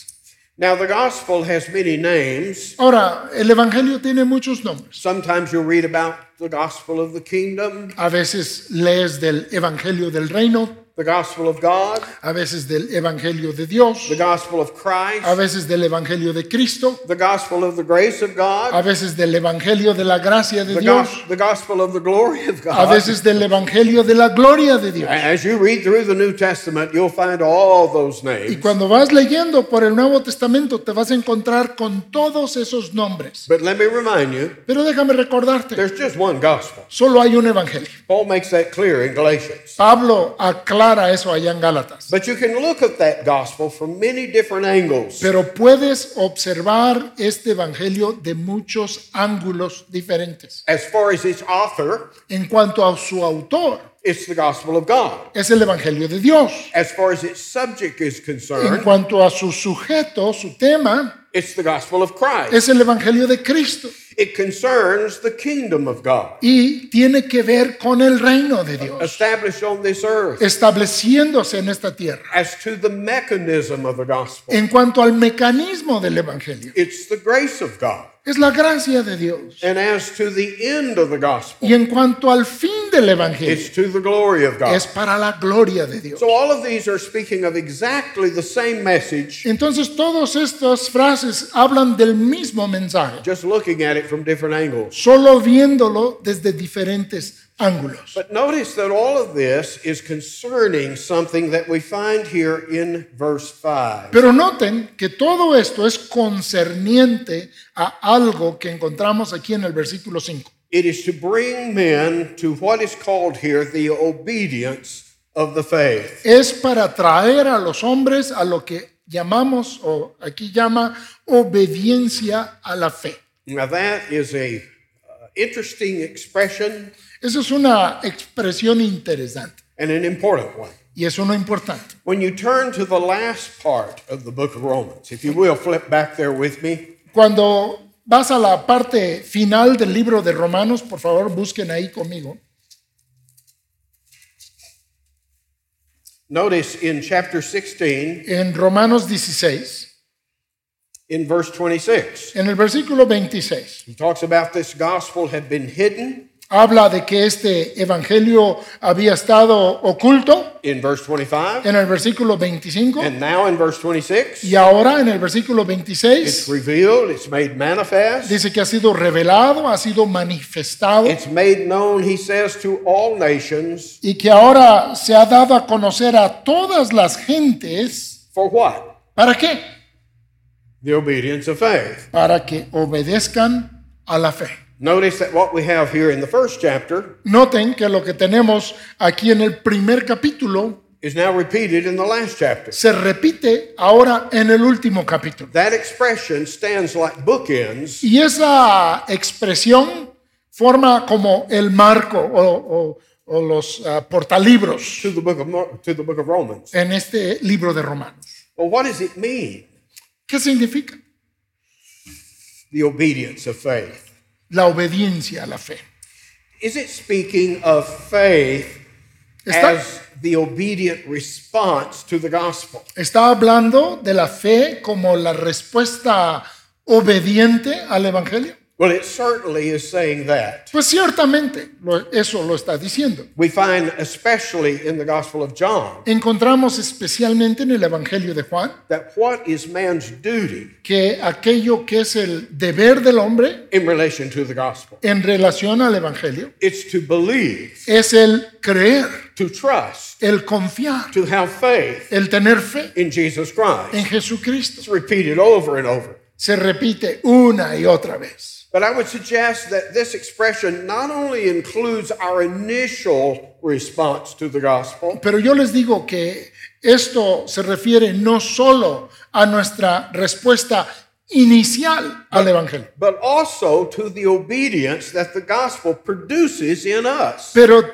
S1: Now, the gospel has many names.
S2: Ahora, el Evangelio tiene muchos nombres.
S1: Sometimes you'll read about the gospel of the kingdom,
S2: A veces lees del Evangelio del Reino,
S1: the gospel of God,
S2: a veces del Evangelio de Dios,
S1: the gospel of
S2: a
S1: Christ,
S2: veces del Evangelio de Cristo,
S1: the gospel of the grace of
S2: a
S1: God,
S2: veces del Evangelio de la gracia de
S1: the,
S2: Dios,
S1: gos- the gospel of the glory of
S2: a
S1: God.
S2: veces del Evangelio de la gloria de Dios.
S1: As you read through the New Testament, you'll find all those
S2: Y
S1: names.
S2: cuando vas leyendo por el Nuevo Testamento te vas a encontrar con todos esos nombres.
S1: But let me remind you,
S2: Pero déjame recordarte,
S1: there's just one gospel.
S2: solo hay un Evangelio.
S1: Paul makes that clear in Galatians.
S2: Pablo aclara eso allá en Gálatas.
S1: But you can look at that gospel from many different angles.
S2: Pero puedes observar este Evangelio de muchos ángulos diferentes.
S1: As far as its author,
S2: En cuanto a su autor,
S1: it's the gospel of God.
S2: es el Evangelio de Dios.
S1: As far as its subject is
S2: En
S1: concerned,
S2: cuanto a su sujeto, su tema,
S1: it's the gospel of Christ.
S2: es el Evangelio de Cristo.
S1: It concerns the kingdom of God
S2: Y tiene que ver con el reino de Dios,
S1: established on this earth
S2: estableciéndose en esta tierra.
S1: as to the mechanism of the gospel.
S2: En cuanto al mecanismo del Evangelio,
S1: It's the grace of God.
S2: es la gracia de Dios.
S1: And as to the end of the gospel,
S2: Y en cuanto al fin del Evangelio,
S1: it's to the glory of God.
S2: es para la gloria de Dios.
S1: So all of these are speaking of exactly the same message,
S2: Entonces todas estas frases hablan del mismo mensaje,
S1: just looking at it from different angles.
S2: solo viéndolo desde diferentes ángulos.
S1: But notice that all of this is concerning something that we find here in verse 5.
S2: Pero noten que todo esto es concerniente a algo que encontramos aquí en el versículo 5.
S1: It is to bring men to what is called here the obedience of the faith.
S2: Es para traer a los hombres a lo que llamamos, o aquí llama, obediencia a la fe.
S1: Now that is a uh, interesting expression
S2: Esa es una expresión interesante
S1: and an important one.
S2: y es uno importante.
S1: When you turn to the last part of the book of Romans, if you will flip back there with me,
S2: Cuando vas a la parte final del libro de Romanos, por favor busquen ahí conmigo.
S1: notice in chapter 16
S2: En Romanos 16,
S1: in verse 26.
S2: en el versículo 26,
S1: He talks about this gospel had been hidden
S2: habla de que este evangelio había estado oculto
S1: in verse 25,
S2: en el versículo 25
S1: and now in verse 26,
S2: y ahora en el versículo
S1: it's
S2: 26
S1: revealed, it's made manifest,
S2: dice que ha sido revelado, ha sido manifestado
S1: it's made known, he says, to all nations.
S2: y que ahora se ha dado a conocer a todas las gentes.
S1: For what?
S2: ¿Para qué?
S1: The obedience of faith.
S2: Para que obedezcan a la fe.
S1: Notice that what we have here in the first chapter
S2: Noten que lo que tenemos aquí en el primer capítulo
S1: is now repeated in the last chapter.
S2: se repite ahora en el último capítulo.
S1: That expression stands like bookends
S2: Y esa expresión forma como el marco o, o- o los ah, portalibros
S1: to the book of Mo- to the book of Romans.
S2: en este libro de Romanos.
S1: Well, what does it mean?
S2: ¿Qué significa?
S1: The obedience of faith.
S2: La obediencia a la fe.
S1: Is it speaking of faith
S2: Está,
S1: as the obedient response to the gospel?
S2: está hablando de la fe como la respuesta obediente al Evangelio.
S1: Well, it certainly is saying that.
S2: Pues ciertamente lo- eso lo está diciendo.
S1: We find, especially in the Gospel of John,
S2: Encontramos especialmente en el Evangelio de Juan
S1: that what is man's duty
S2: que aquello que es el deber del hombre
S1: in relation to the gospel?
S2: en relación al Evangelio
S1: It's to believe,
S2: es el creer,
S1: to trust,
S2: el confiar,
S1: to have faith
S2: el tener fe
S1: in Jesus Christ.
S2: en Jesucristo.
S1: It's repeated over and over.
S2: Se repite una y otra vez.
S1: But I would suggest that this expression not only includes our initial response to the gospel,
S2: Pero yo les digo que esto se refiere no solo a nuestra respuesta inicial al Evangelio,
S1: but also to the obedience that the gospel produces in us.
S2: pero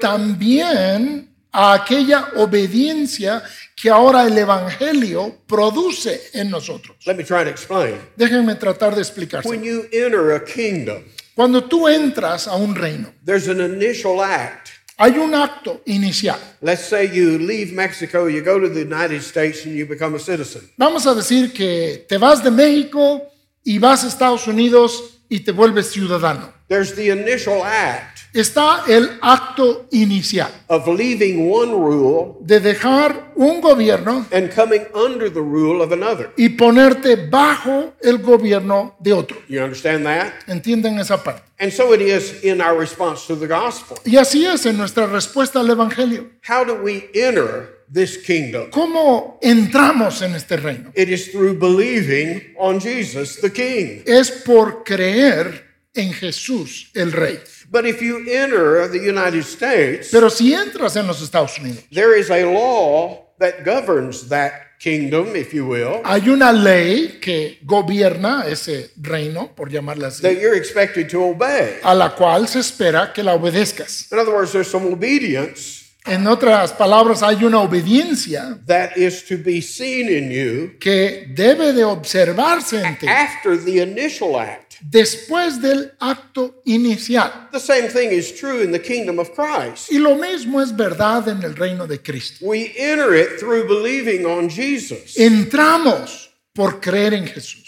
S2: también a aquella obediencia que ahora el Evangelio produce en nosotros.
S1: Let me try and explain.
S2: Déjenme tratar de explicarse.
S1: When you enter a kingdom,
S2: Cuando tú entras a un reino,
S1: there's an initial act.
S2: hay un acto inicial.
S1: Let's say you leave Mexico, you go to the United States, and you become a citizen.
S2: Vamos a decir que te vas de México y vas a Estados Unidos y te vuelves ciudadano.
S1: There's the initial act
S2: Está el acto inicial
S1: of leaving one rule
S2: de dejar un gobierno
S1: and coming under the rule of another.
S2: y ponerte bajo el gobierno de otro.
S1: You understand that?
S2: ¿Entienden esa parte?
S1: And so it is in our response to the gospel.
S2: Y así es en nuestra respuesta al Evangelio.
S1: How do we enter this kingdom?
S2: ¿Cómo entramos en este reino?
S1: It is through believing on Jesus the King.
S2: Es por creer en Jesús el Rey.
S1: But if you enter the United States,
S2: Pero si entras en los Estados Unidos,
S1: there is a law that governs that kingdom, if you will,
S2: hay una ley que gobierna ese reino, por llamarla así.
S1: that you're expected to obey.
S2: a la cual se espera que la obedezcas.
S1: In other words, there's some obedience
S2: En otras palabras, hay una obediencia
S1: that is to be seen in you
S2: que debe de observarse en ti
S1: after the initial act.
S2: después del acto inicial.
S1: The same thing is true in the kingdom of Christ.
S2: Y lo mismo es verdad en el reino de Cristo.
S1: We enter it through believing on Jesus.
S2: Entramos por creer en Jesús.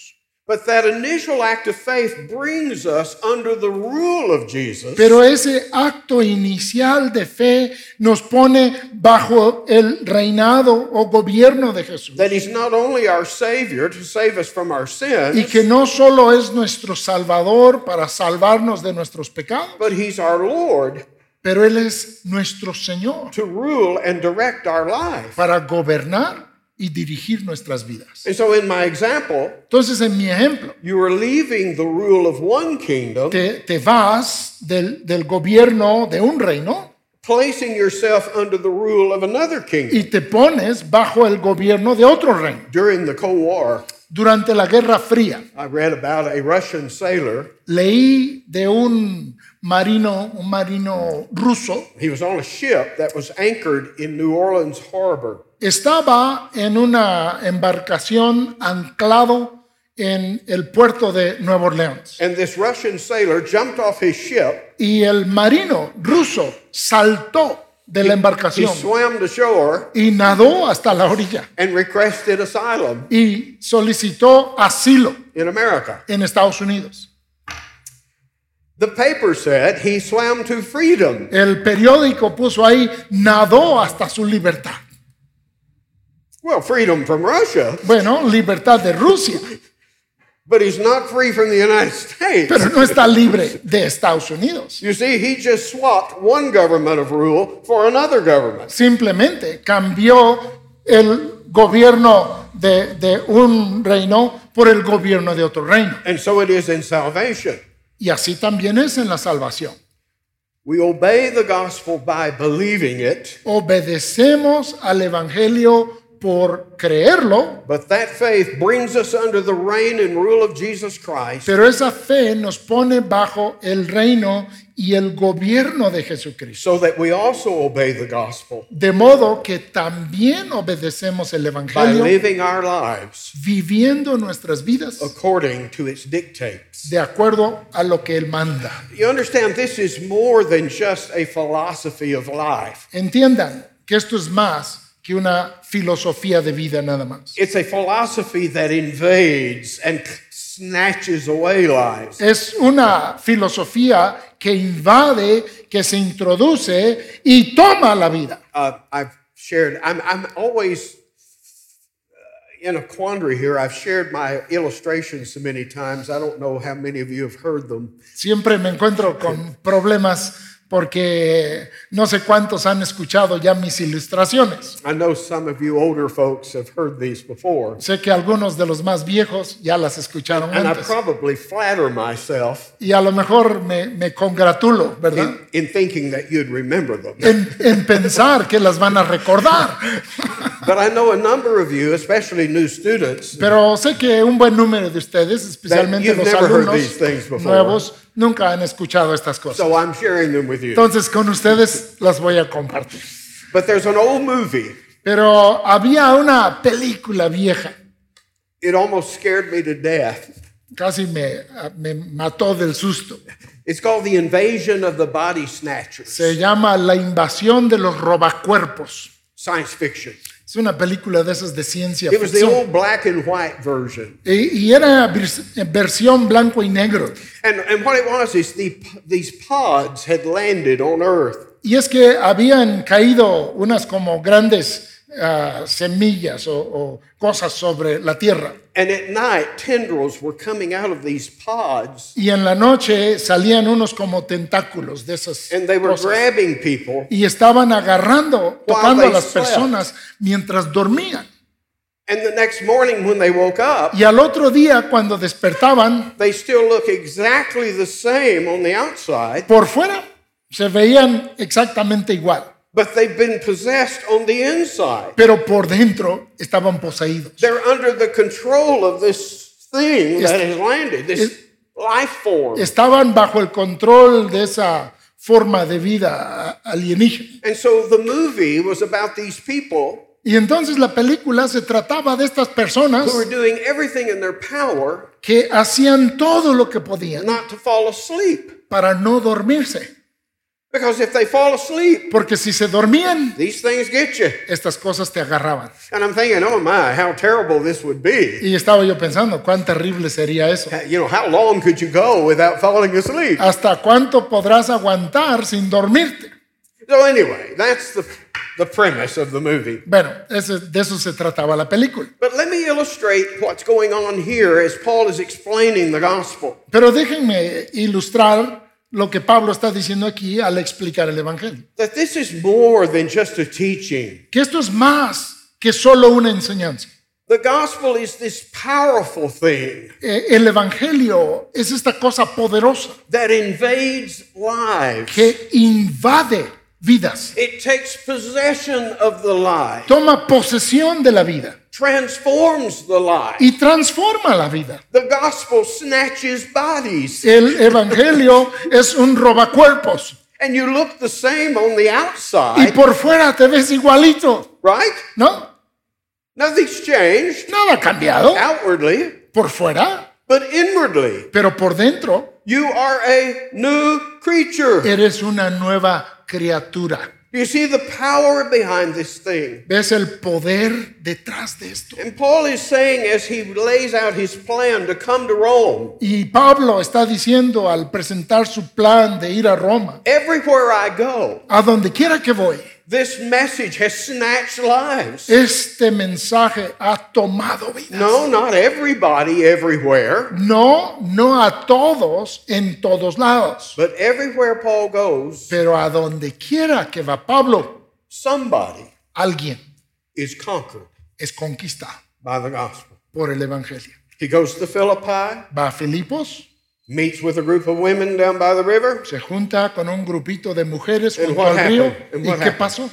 S1: But that initial act of faith brings us under the rule of Jesus.
S2: Pero ese acto inicial de fe nos pone bajo el reinado o gobierno de Jesús.
S1: that he's not only our Savior to save us from our
S2: Y
S1: sins,
S2: que no solo es nuestro Salvador para salvarnos de nuestros pecados,
S1: but he's our Lord
S2: pero Él es nuestro Señor
S1: to rule and direct our life.
S2: para gobernar y dirigir nuestras vidas.
S1: And so, in my example,
S2: Entonces, en mi ejemplo,
S1: you are leaving the rule of one kingdom,
S2: te, te vas del, del gobierno de un reino
S1: placing yourself under the rule of another kingdom.
S2: y te pones bajo el gobierno de otro reino.
S1: During the Cold War,
S2: Durante la Guerra Fría,
S1: I read about a Russian sailor.
S2: leí de un marino, un marino ruso,
S1: He was on a ship that was anchored in New Orleans harbor.
S2: estaba en una embarcación anclado en el puerto de Nueva Orleans.
S1: And this Russian sailor jumped off his ship.
S2: Y el marino ruso saltó de la
S1: He
S2: embarcación
S1: swam to shore
S2: y nadó hasta la orilla
S1: and requested asylum
S2: y solicitó asilo
S1: in America.
S2: en Estados Unidos.
S1: The paper said he swam to freedom.
S2: El periódico puso ahí, nadó hasta su libertad.
S1: Well, freedom from Russia,
S2: Bueno, libertad de Rusia,
S1: but he's not free from the United States.
S2: pero no está libre de Estados Unidos.
S1: You see, he just swapped one government of rule for another government.
S2: Simplemente cambió el gobierno de, de un reino por el gobierno de otro reino.
S1: And so it is in salvation.
S2: Y así también es en la salvación.
S1: We obey the gospel by believing it,
S2: Obedecemos al Evangelio por creerlo,
S1: but that faith brings us under the reign and rule of Jesus Christ.
S2: pero esa fe nos pone bajo el reino y el gobierno de Jesucristo.
S1: so that we also obey the gospel
S2: De modo que también obedecemos el
S1: by
S2: Evangelio
S1: living our lives
S2: viviendo nuestras vidas
S1: according to its dictates.
S2: de acuerdo a lo que Él manda.
S1: You understand, this is more than just a philosophy of life,
S2: Entiendan que esto es más que una filosofía de vida nada más.
S1: it's a philosophy that invades and snatches away lives.
S2: Es una filosofía que invade, que se introduce y toma la vida.
S1: Uh, I've shared, I'm, I'm always uh, in a quandary here. I've shared my illustrations so many times, I don't know how many of you have heard them.
S2: Siempre me encuentro con problemas porque no sé cuántos han escuchado ya mis ilustraciones.
S1: I know some of you older folks have heard these before.
S2: Sé que algunos de los más viejos ya las escucharon
S1: And I
S2: antes.
S1: probably flatter myself
S2: Y a lo mejor me, me congratulo, ¿verdad?
S1: in, in thinking that you'd remember them.
S2: En, en pensar que las van a recordar.
S1: But I know a number of you, especially new students,
S2: Pero sé que un buen número de ustedes, especialmente
S1: You've
S2: los
S1: never heard
S2: alumnos
S1: these things before.
S2: nuevos, nunca han escuchado estas cosas.
S1: so I'm sharing them with you.
S2: Entonces con ustedes las voy a compartir.
S1: But there's an old movie.
S2: Pero había una película vieja,
S1: It almost scared me to death.
S2: casi me, me mató del susto.
S1: It's called The Invasion of the Body Snatchers.
S2: Se llama La invasión de los robacuerpos.
S1: Science fiction.
S2: Es una película de esas de ciencia
S1: It was the
S2: ficción.
S1: old black and white version.
S2: Y, y era vers- versión blanco y negro.
S1: And, and what it was is the, these pods had landed on Earth.
S2: Y es que habían caído unas como grandes ah, semillas o, o cosas sobre la tierra.
S1: And at night, tendrils were coming out of these pods
S2: Y en la noche salían unos como tentáculos de esas
S1: and they were
S2: cosas.
S1: grabbing people
S2: Y estaban agarrando, tocando a
S1: they
S2: las
S1: slept.
S2: personas mientras dormían.
S1: And the next morning, when they woke up,
S2: Y al otro día, cuando despertaban,
S1: they still look exactly the same on the outside,
S2: por fuera se veían exactamente igual,
S1: but they've been possessed on the inside.
S2: pero por dentro estaban poseídos.
S1: They're under the control of this thing that has landed, this
S2: Is-
S1: life form.
S2: Estaban bajo el control de esa forma de vida a- alienígena.
S1: And so the movie was about these people
S2: Y entonces la película se trataba de estas personas
S1: who were doing everything in their power
S2: que hacían todo lo que podían
S1: not to fall asleep.
S2: para no dormirse.
S1: Because if they fall asleep,
S2: Porque si se dormían,
S1: these things get you.
S2: estas cosas te agarraban.
S1: And I'm thinking, oh my, how terrible this would be.
S2: Y estaba yo pensando, cuán terrible sería eso.
S1: You know, how long could you go without falling asleep?
S2: ¿Hasta cuánto podrás aguantar sin dormirte?
S1: So anyway, that's the the premise of the movie.
S2: Bueno, ese- de eso se trataba la película.
S1: But let me illustrate what's going on here as Paul is explaining the gospel.
S2: Pero déjenme ilustrar lo que Pablo está diciendo aquí al explicar el Evangelio.
S1: That this is more than just a teaching.
S2: Que esto es más que solo una enseñanza.
S1: The gospel is this powerful thing
S2: Eh, El Evangelio es esta cosa poderosa
S1: that invades lives.
S2: que invade vidas,
S1: It takes possession of the life,
S2: toma posesión de la vida
S1: transforms the life.
S2: y transforma la vida.
S1: The gospel snatches bodies,
S2: El Evangelio es un robacuerpos
S1: and you look the same on the
S2: y
S1: outside,
S2: por fuera te ves igualito,
S1: right?
S2: ¿no?
S1: Nothing's changed
S2: Nada ha cambiado
S1: outwardly,
S2: por fuera,
S1: but inwardly.
S2: pero por dentro
S1: You are a new creature.
S2: eres una nueva criatura.
S1: Do you see the power behind this thing?
S2: ¿Ves el poder detrás de esto?
S1: And Paul is saying, as he lays out his plan to come to Rome,
S2: Y Pablo está diciendo al presentar su plan de ir a Roma,
S1: everywhere I go,
S2: a donde quiera que voy,
S1: this message has snatched lives.
S2: este mensaje ha tomado vida.
S1: No, not everybody everywhere,
S2: No, no a todos en todos lados,
S1: but everywhere Paul goes,
S2: pero a donde quiera que va Pablo,
S1: somebody
S2: alguien
S1: is conquered
S2: es conquistado
S1: by the gospel.
S2: por el evangelio.
S1: He goes to Philippi,
S2: Va a Filipos,
S1: meets with a group of women down by the river.
S2: se junta con un grupito de mujeres
S1: And
S2: junto
S1: what
S2: al río.
S1: happened? And
S2: ¿Y
S1: what
S2: qué
S1: happened?
S2: pasó?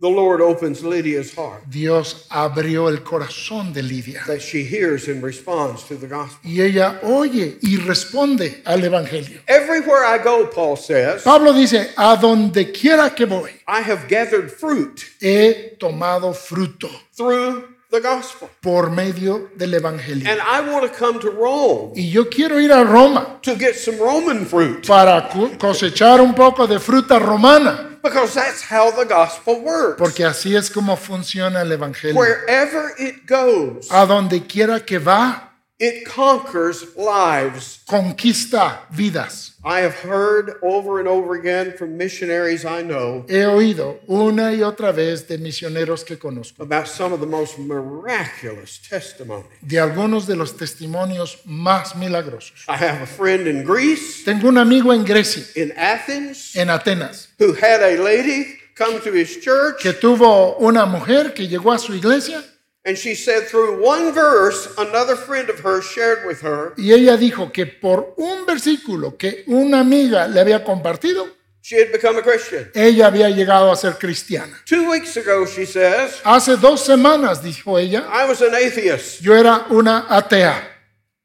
S1: The Lord opens Lydia's heart
S2: Dios abrió el corazón de Lidia
S1: that she hears and responds to the gospel.
S2: y ella oye y responde al evangelio.
S1: Everywhere I go, Paul says,
S2: Pablo dice, a donde quiera que voy,
S1: I have gathered fruit
S2: he tomado fruto
S1: through the gospel.
S2: por medio del evangelio.
S1: And I want to come to Rome
S2: Y yo quiero ir a Roma
S1: to get some Roman fruit
S2: para cu- cosechar un poco de fruta romana,
S1: because that's how the gospel works.
S2: porque así es como funciona el evangelio.
S1: Pues, Wherever it goes,
S2: A donde quiera que va,
S1: it conquers lives.
S2: conquista vidas.
S1: I have heard over and over again from missionaries I know
S2: He oído una y otra vez de misioneros que conozco,
S1: about some of the most miraculous testimony.
S2: de algunos de los testimonios más milagrosos.
S1: I have a friend in Greece,
S2: Tengo un amigo en Grecia,
S1: in Athens,
S2: en Atenas,
S1: who had a lady come to his church,
S2: que tuvo una mujer que llegó a su iglesia
S1: and she said through one verse, another friend of hers shared with her,
S2: y ella dijo que por un versículo que una amiga le había compartido,
S1: she had become a Christian.
S2: ella había llegado a ser cristiana.
S1: Two weeks ago, she says,
S2: Hace dos semanas, dijo ella,
S1: I was an atheist.
S2: yo era una atea.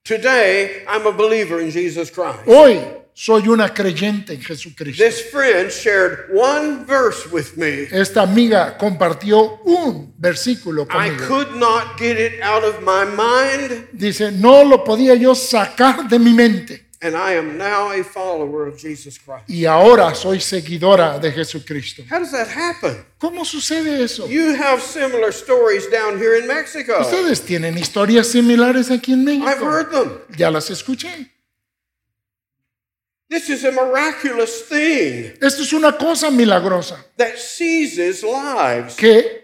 S1: Today, I'm a believer in Jesus Christ.
S2: Hoy soy una creyente en Jesucristo.
S1: This friend shared one verse with me.
S2: Esta amiga compartió un versículo
S1: I
S2: conmigo.
S1: could not get it out of my mind,
S2: Dice, no lo podía yo sacar de mi mente.
S1: and I am now a follower of Jesus Christ.
S2: Y ahora soy seguidora de Jesucristo.
S1: How does that happen?
S2: ¿Cómo sucede eso?
S1: You have similar stories down here in Mexico.
S2: Ustedes tienen historias similares aquí en México.
S1: I've heard them.
S2: Ya las escuché.
S1: This is a miraculous thing
S2: Esto es una cosa milagrosa
S1: that seizes lives,
S2: que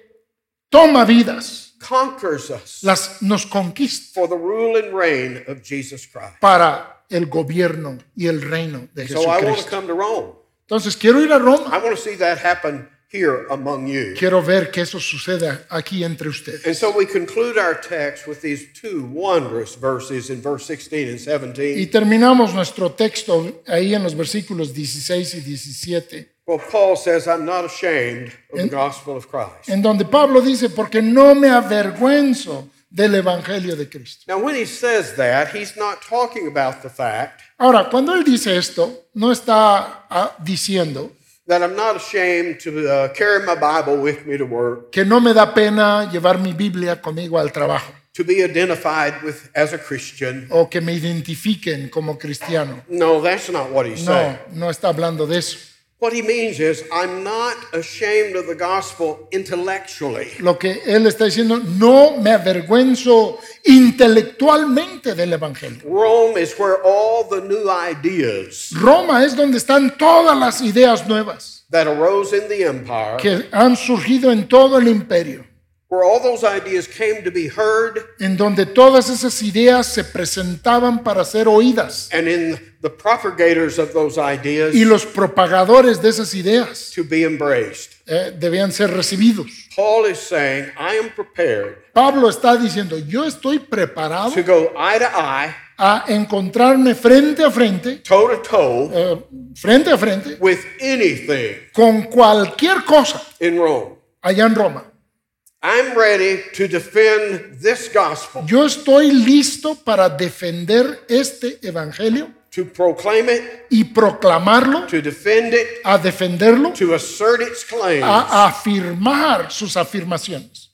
S2: toma vidas,
S1: conquers us
S2: las nos conquista
S1: for the rule and reign of Jesus Christ.
S2: para el gobierno y el reino de
S1: So I want to
S2: Jesucristo.
S1: come to Rome.
S2: Entonces quiero ir a Roma.
S1: I want to see that happen here among you.
S2: Quiero ver que eso suceda aquí entre ustedes.
S1: And so we conclude our text with these two wondrous verses in verse 16 and
S2: Y
S1: 17.
S2: terminamos nuestro texto ahí en los versículos 16 y 17,
S1: Well, Paul says, I'm not ashamed of the gospel of Christ.
S2: en donde Pablo dice, porque no me avergüenzo del Evangelio de Cristo.
S1: Now, when he says that, he's not talking about the fact
S2: Ahora, cuando él dice esto, no está ah, diciendo
S1: that I'm not ashamed to uh, carry my Bible with me to work,
S2: que no me da pena llevar mi Biblia conmigo al trabajo
S1: to be identified with as a Christian.
S2: o que me identifiquen como cristiano.
S1: No, that's not what he's saying.
S2: No, no está hablando de eso.
S1: What he means is, I'm not ashamed of the gospel intellectually.
S2: Lo que él está diciendo, no me avergüenzo intelectualmente del Evangelio.
S1: Rome is where all the new ideas
S2: Roma es donde están todas las ideas nuevas
S1: that arose in the empire,
S2: que han surgido en todo el imperio,
S1: where all those ideas came to be heard,
S2: en donde todas esas ideas se presentaban para ser oídas
S1: and in the propagators of those
S2: y
S1: ideas
S2: los propagadores de esas ideas.
S1: to be embraced.
S2: eh, debían ser recibidos.
S1: Paul is saying, I am prepared
S2: Pablo está diciendo, yo estoy preparado
S1: to go eye to eye,
S2: a encontrarme frente a frente,
S1: toe to toe
S2: eh, frente a frente,
S1: with anything
S2: con cualquier cosa
S1: in Rome.
S2: allá en Roma.
S1: I'm ready to defend this gospel,
S2: Yo estoy listo para defender este evangelio
S1: to proclaim it,
S2: y proclamarlo,
S1: to defend it,
S2: a defenderlo,
S1: to assert its claims.
S2: a afirmar sus afirmaciones.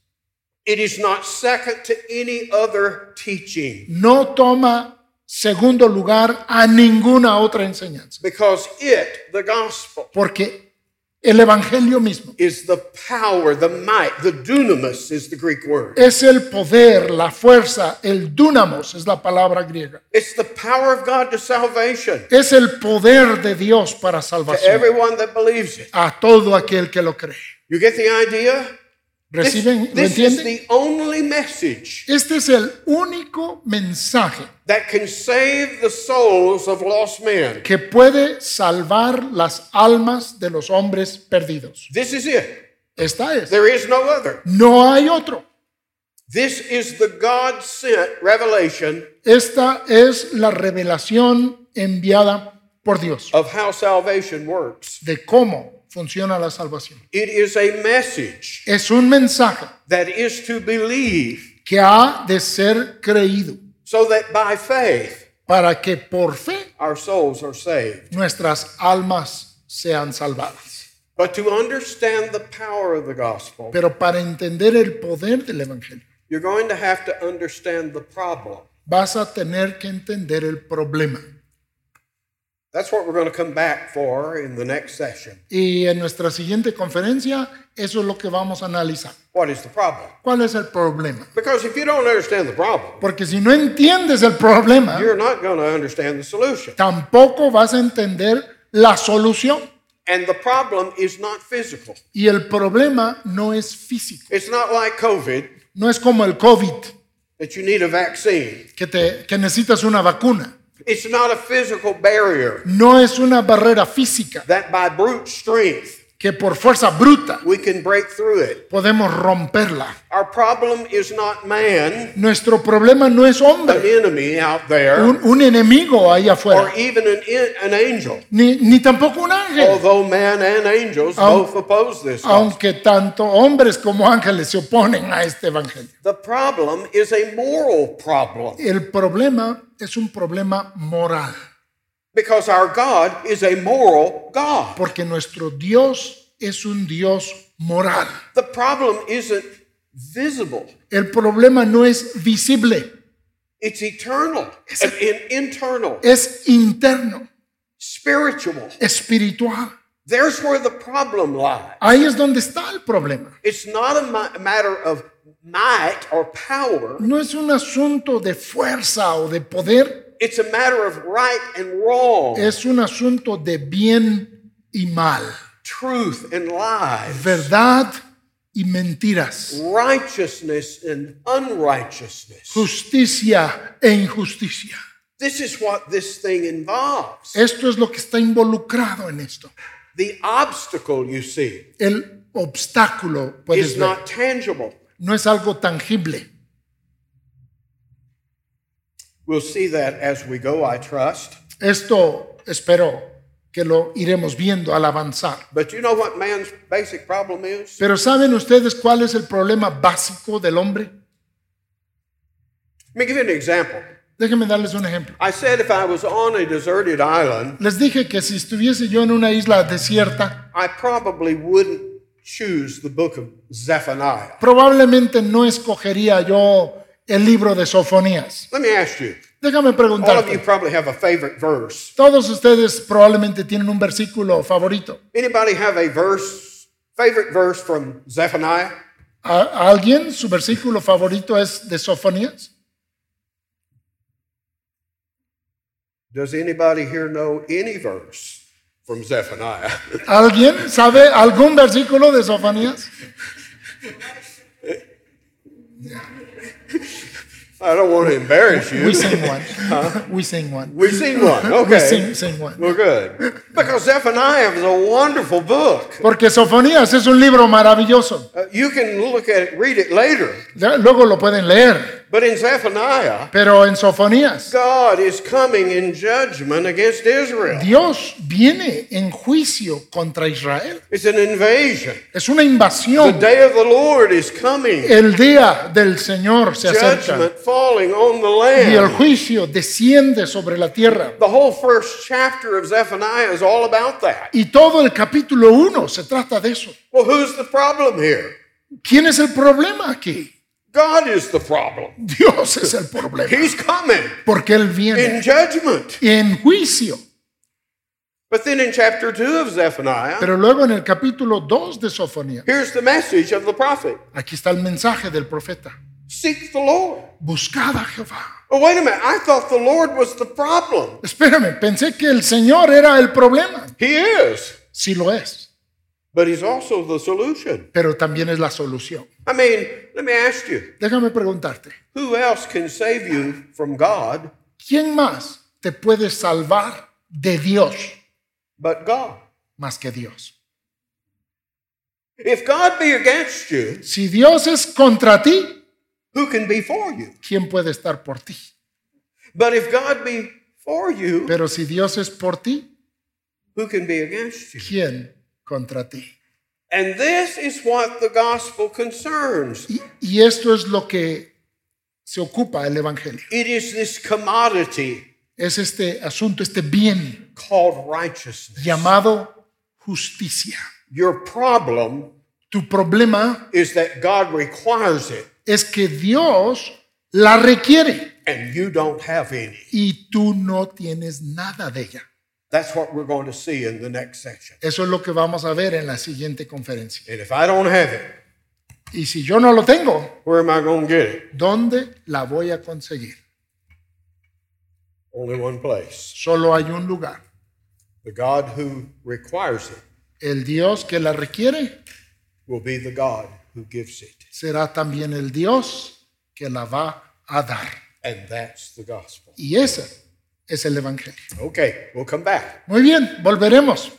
S1: It is not second to any other teaching
S2: No toma segundo lugar a ninguna otra enseñanza,
S1: because it, the gospel,
S2: porque el Evangelio mismo.
S1: is the power, the might, the dunamis is the Greek word.
S2: Es el poder, la fuerza, el dúnamos es la palabra griega.
S1: It's the power of God to salvation
S2: Es el poder de Dios para
S1: to
S2: salvación
S1: everyone that believes it.
S2: a todo aquel que lo cree.
S1: You get the idea? This,
S2: ¿Reciben? ¿Lo
S1: this is
S2: entienden?
S1: the only message
S2: Este es el único mensaje
S1: that can save the souls of lost men.
S2: que puede salvar las almas de los hombres perdidos.
S1: This is it.
S2: Esta es.
S1: There is no other.
S2: No hay otro.
S1: This is the God sent revelation
S2: Esta es la revelación enviada por Dios
S1: of how salvation works.
S2: de cómo funciona la salvación.
S1: It is a message
S2: Es un mensaje
S1: that is to believe
S2: que ha de ser creído
S1: so that by faith
S2: para que por fe
S1: our souls are saved.
S2: nuestras almas sean salvadas.
S1: But to understand the power of the gospel,
S2: Pero para entender el poder del Evangelio,
S1: you're going to have to understand the problem.
S2: vas a tener que entender el problema.
S1: That's what we're going to come back for in the next session.
S2: Y en nuestra siguiente conferencia, eso es lo que vamos a analizar.
S1: What is the problem?
S2: ¿Cuál es el problema?
S1: Because if you don't understand the problem,
S2: Porque si no entiendes el problema,
S1: you're not going to understand the solution.
S2: tampoco vas a entender la solución.
S1: And the problem is not physical.
S2: Y el problema no es físico,
S1: It's not like COVID
S2: no es como el COVID,
S1: that you need a vaccine.
S2: que, te, que necesitas una vacuna.
S1: It's not a physical barrier
S2: No es una barrera física
S1: that by brute strength
S2: que por fuerza bruta
S1: we can break through it.
S2: podemos romperla.
S1: Our problem is not man,
S2: Nuestro problema no es
S1: an
S2: hombre,
S1: enemy out there,
S2: un, un enemigo ahí
S1: or
S2: afuera,
S1: even an, en- an angel.
S2: ni, ni tampoco un ángel,
S1: Although man and angels
S2: Aun-
S1: both oppose this. gospel.
S2: aunque tanto hombres como ángeles se oponen a este evangelio.
S1: The problem is a moral problem
S2: El problema es un problema moral,
S1: because our God is a moral God.
S2: porque nuestro Dios es un Dios moral.
S1: The problem isn't visible,
S2: El problema no es visible,
S1: it's eternal, and in- internal,
S2: es interno,
S1: spiritual.
S2: espiritual.
S1: There's where the problem lies.
S2: Ahí es donde está el problema.
S1: It's not a mi- matter of might or power,
S2: No es un asunto de fuerza o de poder,
S1: it's a matter of right and wrong,
S2: es un asunto de bien y mal,
S1: truth and lies,
S2: verdad y mentiras,
S1: righteousness and unrighteousness.
S2: justicia e injusticia.
S1: This is what this thing involves.
S2: Esto es lo que está involucrado en esto.
S1: The obstacle you see
S2: El obstáculo, puedes
S1: is
S2: ver,
S1: not tangible.
S2: no es algo tangible.
S1: We'll see that as we go, I trust.
S2: Esto espero que lo iremos viendo al avanzar.
S1: But you know what man's basic problem is?
S2: Pero ¿saben ustedes cuál es el problema básico del hombre?
S1: Let me give you an example.
S2: Déjenme darles un ejemplo.
S1: I said if I was on a deserted island,
S2: Les dije que si estuviese yo en una isla desierta,
S1: I probably wouldn't choose the book of Zephaniah.
S2: probablemente no escogería yo el libro de Sofonías.
S1: Let me ask you.
S2: Déjame
S1: All of you
S2: preguntarte.
S1: probably have a favorite verse.
S2: Todos ustedes probablemente tienen un versículo favorito.
S1: Anybody have a verse, favorite verse from Zephaniah?
S2: ¿A a alguien su versículo favorito es de Sofonías?
S1: Does anybody here know any verse from
S2: [laughs]
S1: Zephaniah?
S2: Uh, ¿Alguien sabe algún versículo de Sofonías?
S1: I don't want to embarrass you.
S2: We sing one. We sing one.
S1: We've seen one.
S2: We
S1: Okay.
S2: sing, sing one.
S1: We're good. Because Zephaniah is a wonderful book.
S2: Porque Sofonías es un libro maravilloso.
S1: Uh, you can look at it, read it later.
S2: Ya Luego lo pueden leer.
S1: But in Zephaniah,
S2: Pero en Sofonías,
S1: God is coming in judgment against Israel.
S2: Dios viene en juicio contra Israel.
S1: It's an invasion.
S2: Es una
S1: The
S2: invasión.
S1: day of the Lord is coming.
S2: El día del Señor se acerca
S1: Judgment falling on the
S2: y el
S1: land.
S2: juicio desciende sobre la tierra.
S1: The whole first chapter of Zephaniah is all about that.
S2: Y todo el capítulo 1 se trata de eso.
S1: Well, who's the problem here?
S2: ¿Quién es el problema aquí?
S1: God is the problem.
S2: Dios es el problema.
S1: He's coming
S2: Porque Él viene
S1: in judgment.
S2: en juicio.
S1: But then in chapter 2 of Zephaniah,
S2: Pero luego en el capítulo 2 de Sofonía,
S1: here's the message of the prophet
S2: aquí está el mensaje del profeta.
S1: Seek the Lord.
S2: Buscad a Jehová.
S1: Oh, wait a minute. I thought the Lord was the problem.
S2: Espérame, pensé que el Señor era el problema.
S1: He is,
S2: Sí lo es,
S1: but He's also the solution.
S2: pero también es la solución.
S1: I mean, let me ask you
S2: Déjame preguntarte,
S1: who else can save you from God
S2: ¿quién más te puede salvar de Dios
S1: but God?
S2: más que Dios?
S1: If God be against you,
S2: Si Dios es contra ti,
S1: who can be for you?
S2: ¿quién puede estar por ti?
S1: But if God be for you,
S2: Pero si Dios es por ti,
S1: who can be against you?
S2: ¿quién contra ti?
S1: And this is what the gospel concerns.
S2: Y, y esto es lo que se ocupa el Evangelio.
S1: It is this commodity
S2: Es este asunto, este bien
S1: called righteousness.
S2: llamado justicia.
S1: Your problem
S2: Tu problema
S1: is that God requires it
S2: es que Dios la requiere
S1: and you don't have any.
S2: y tú no tienes nada de ella.
S1: That's what we're going to see in the next section.
S2: Eso es lo que vamos a ver en la siguiente conferencia.
S1: And if I don't have it,
S2: Y si yo no lo tengo,
S1: where am I going to get it?
S2: ¿dónde la voy a conseguir?
S1: Only one place.
S2: Solo hay un lugar.
S1: The God who requires it
S2: El Dios que la requiere
S1: will be the God who gives it.
S2: será también el Dios que la va a dar.
S1: And that's the gospel.
S2: Y ese es el Evangelio.
S1: Okay, we'll come back.
S2: Muy bien, volveremos.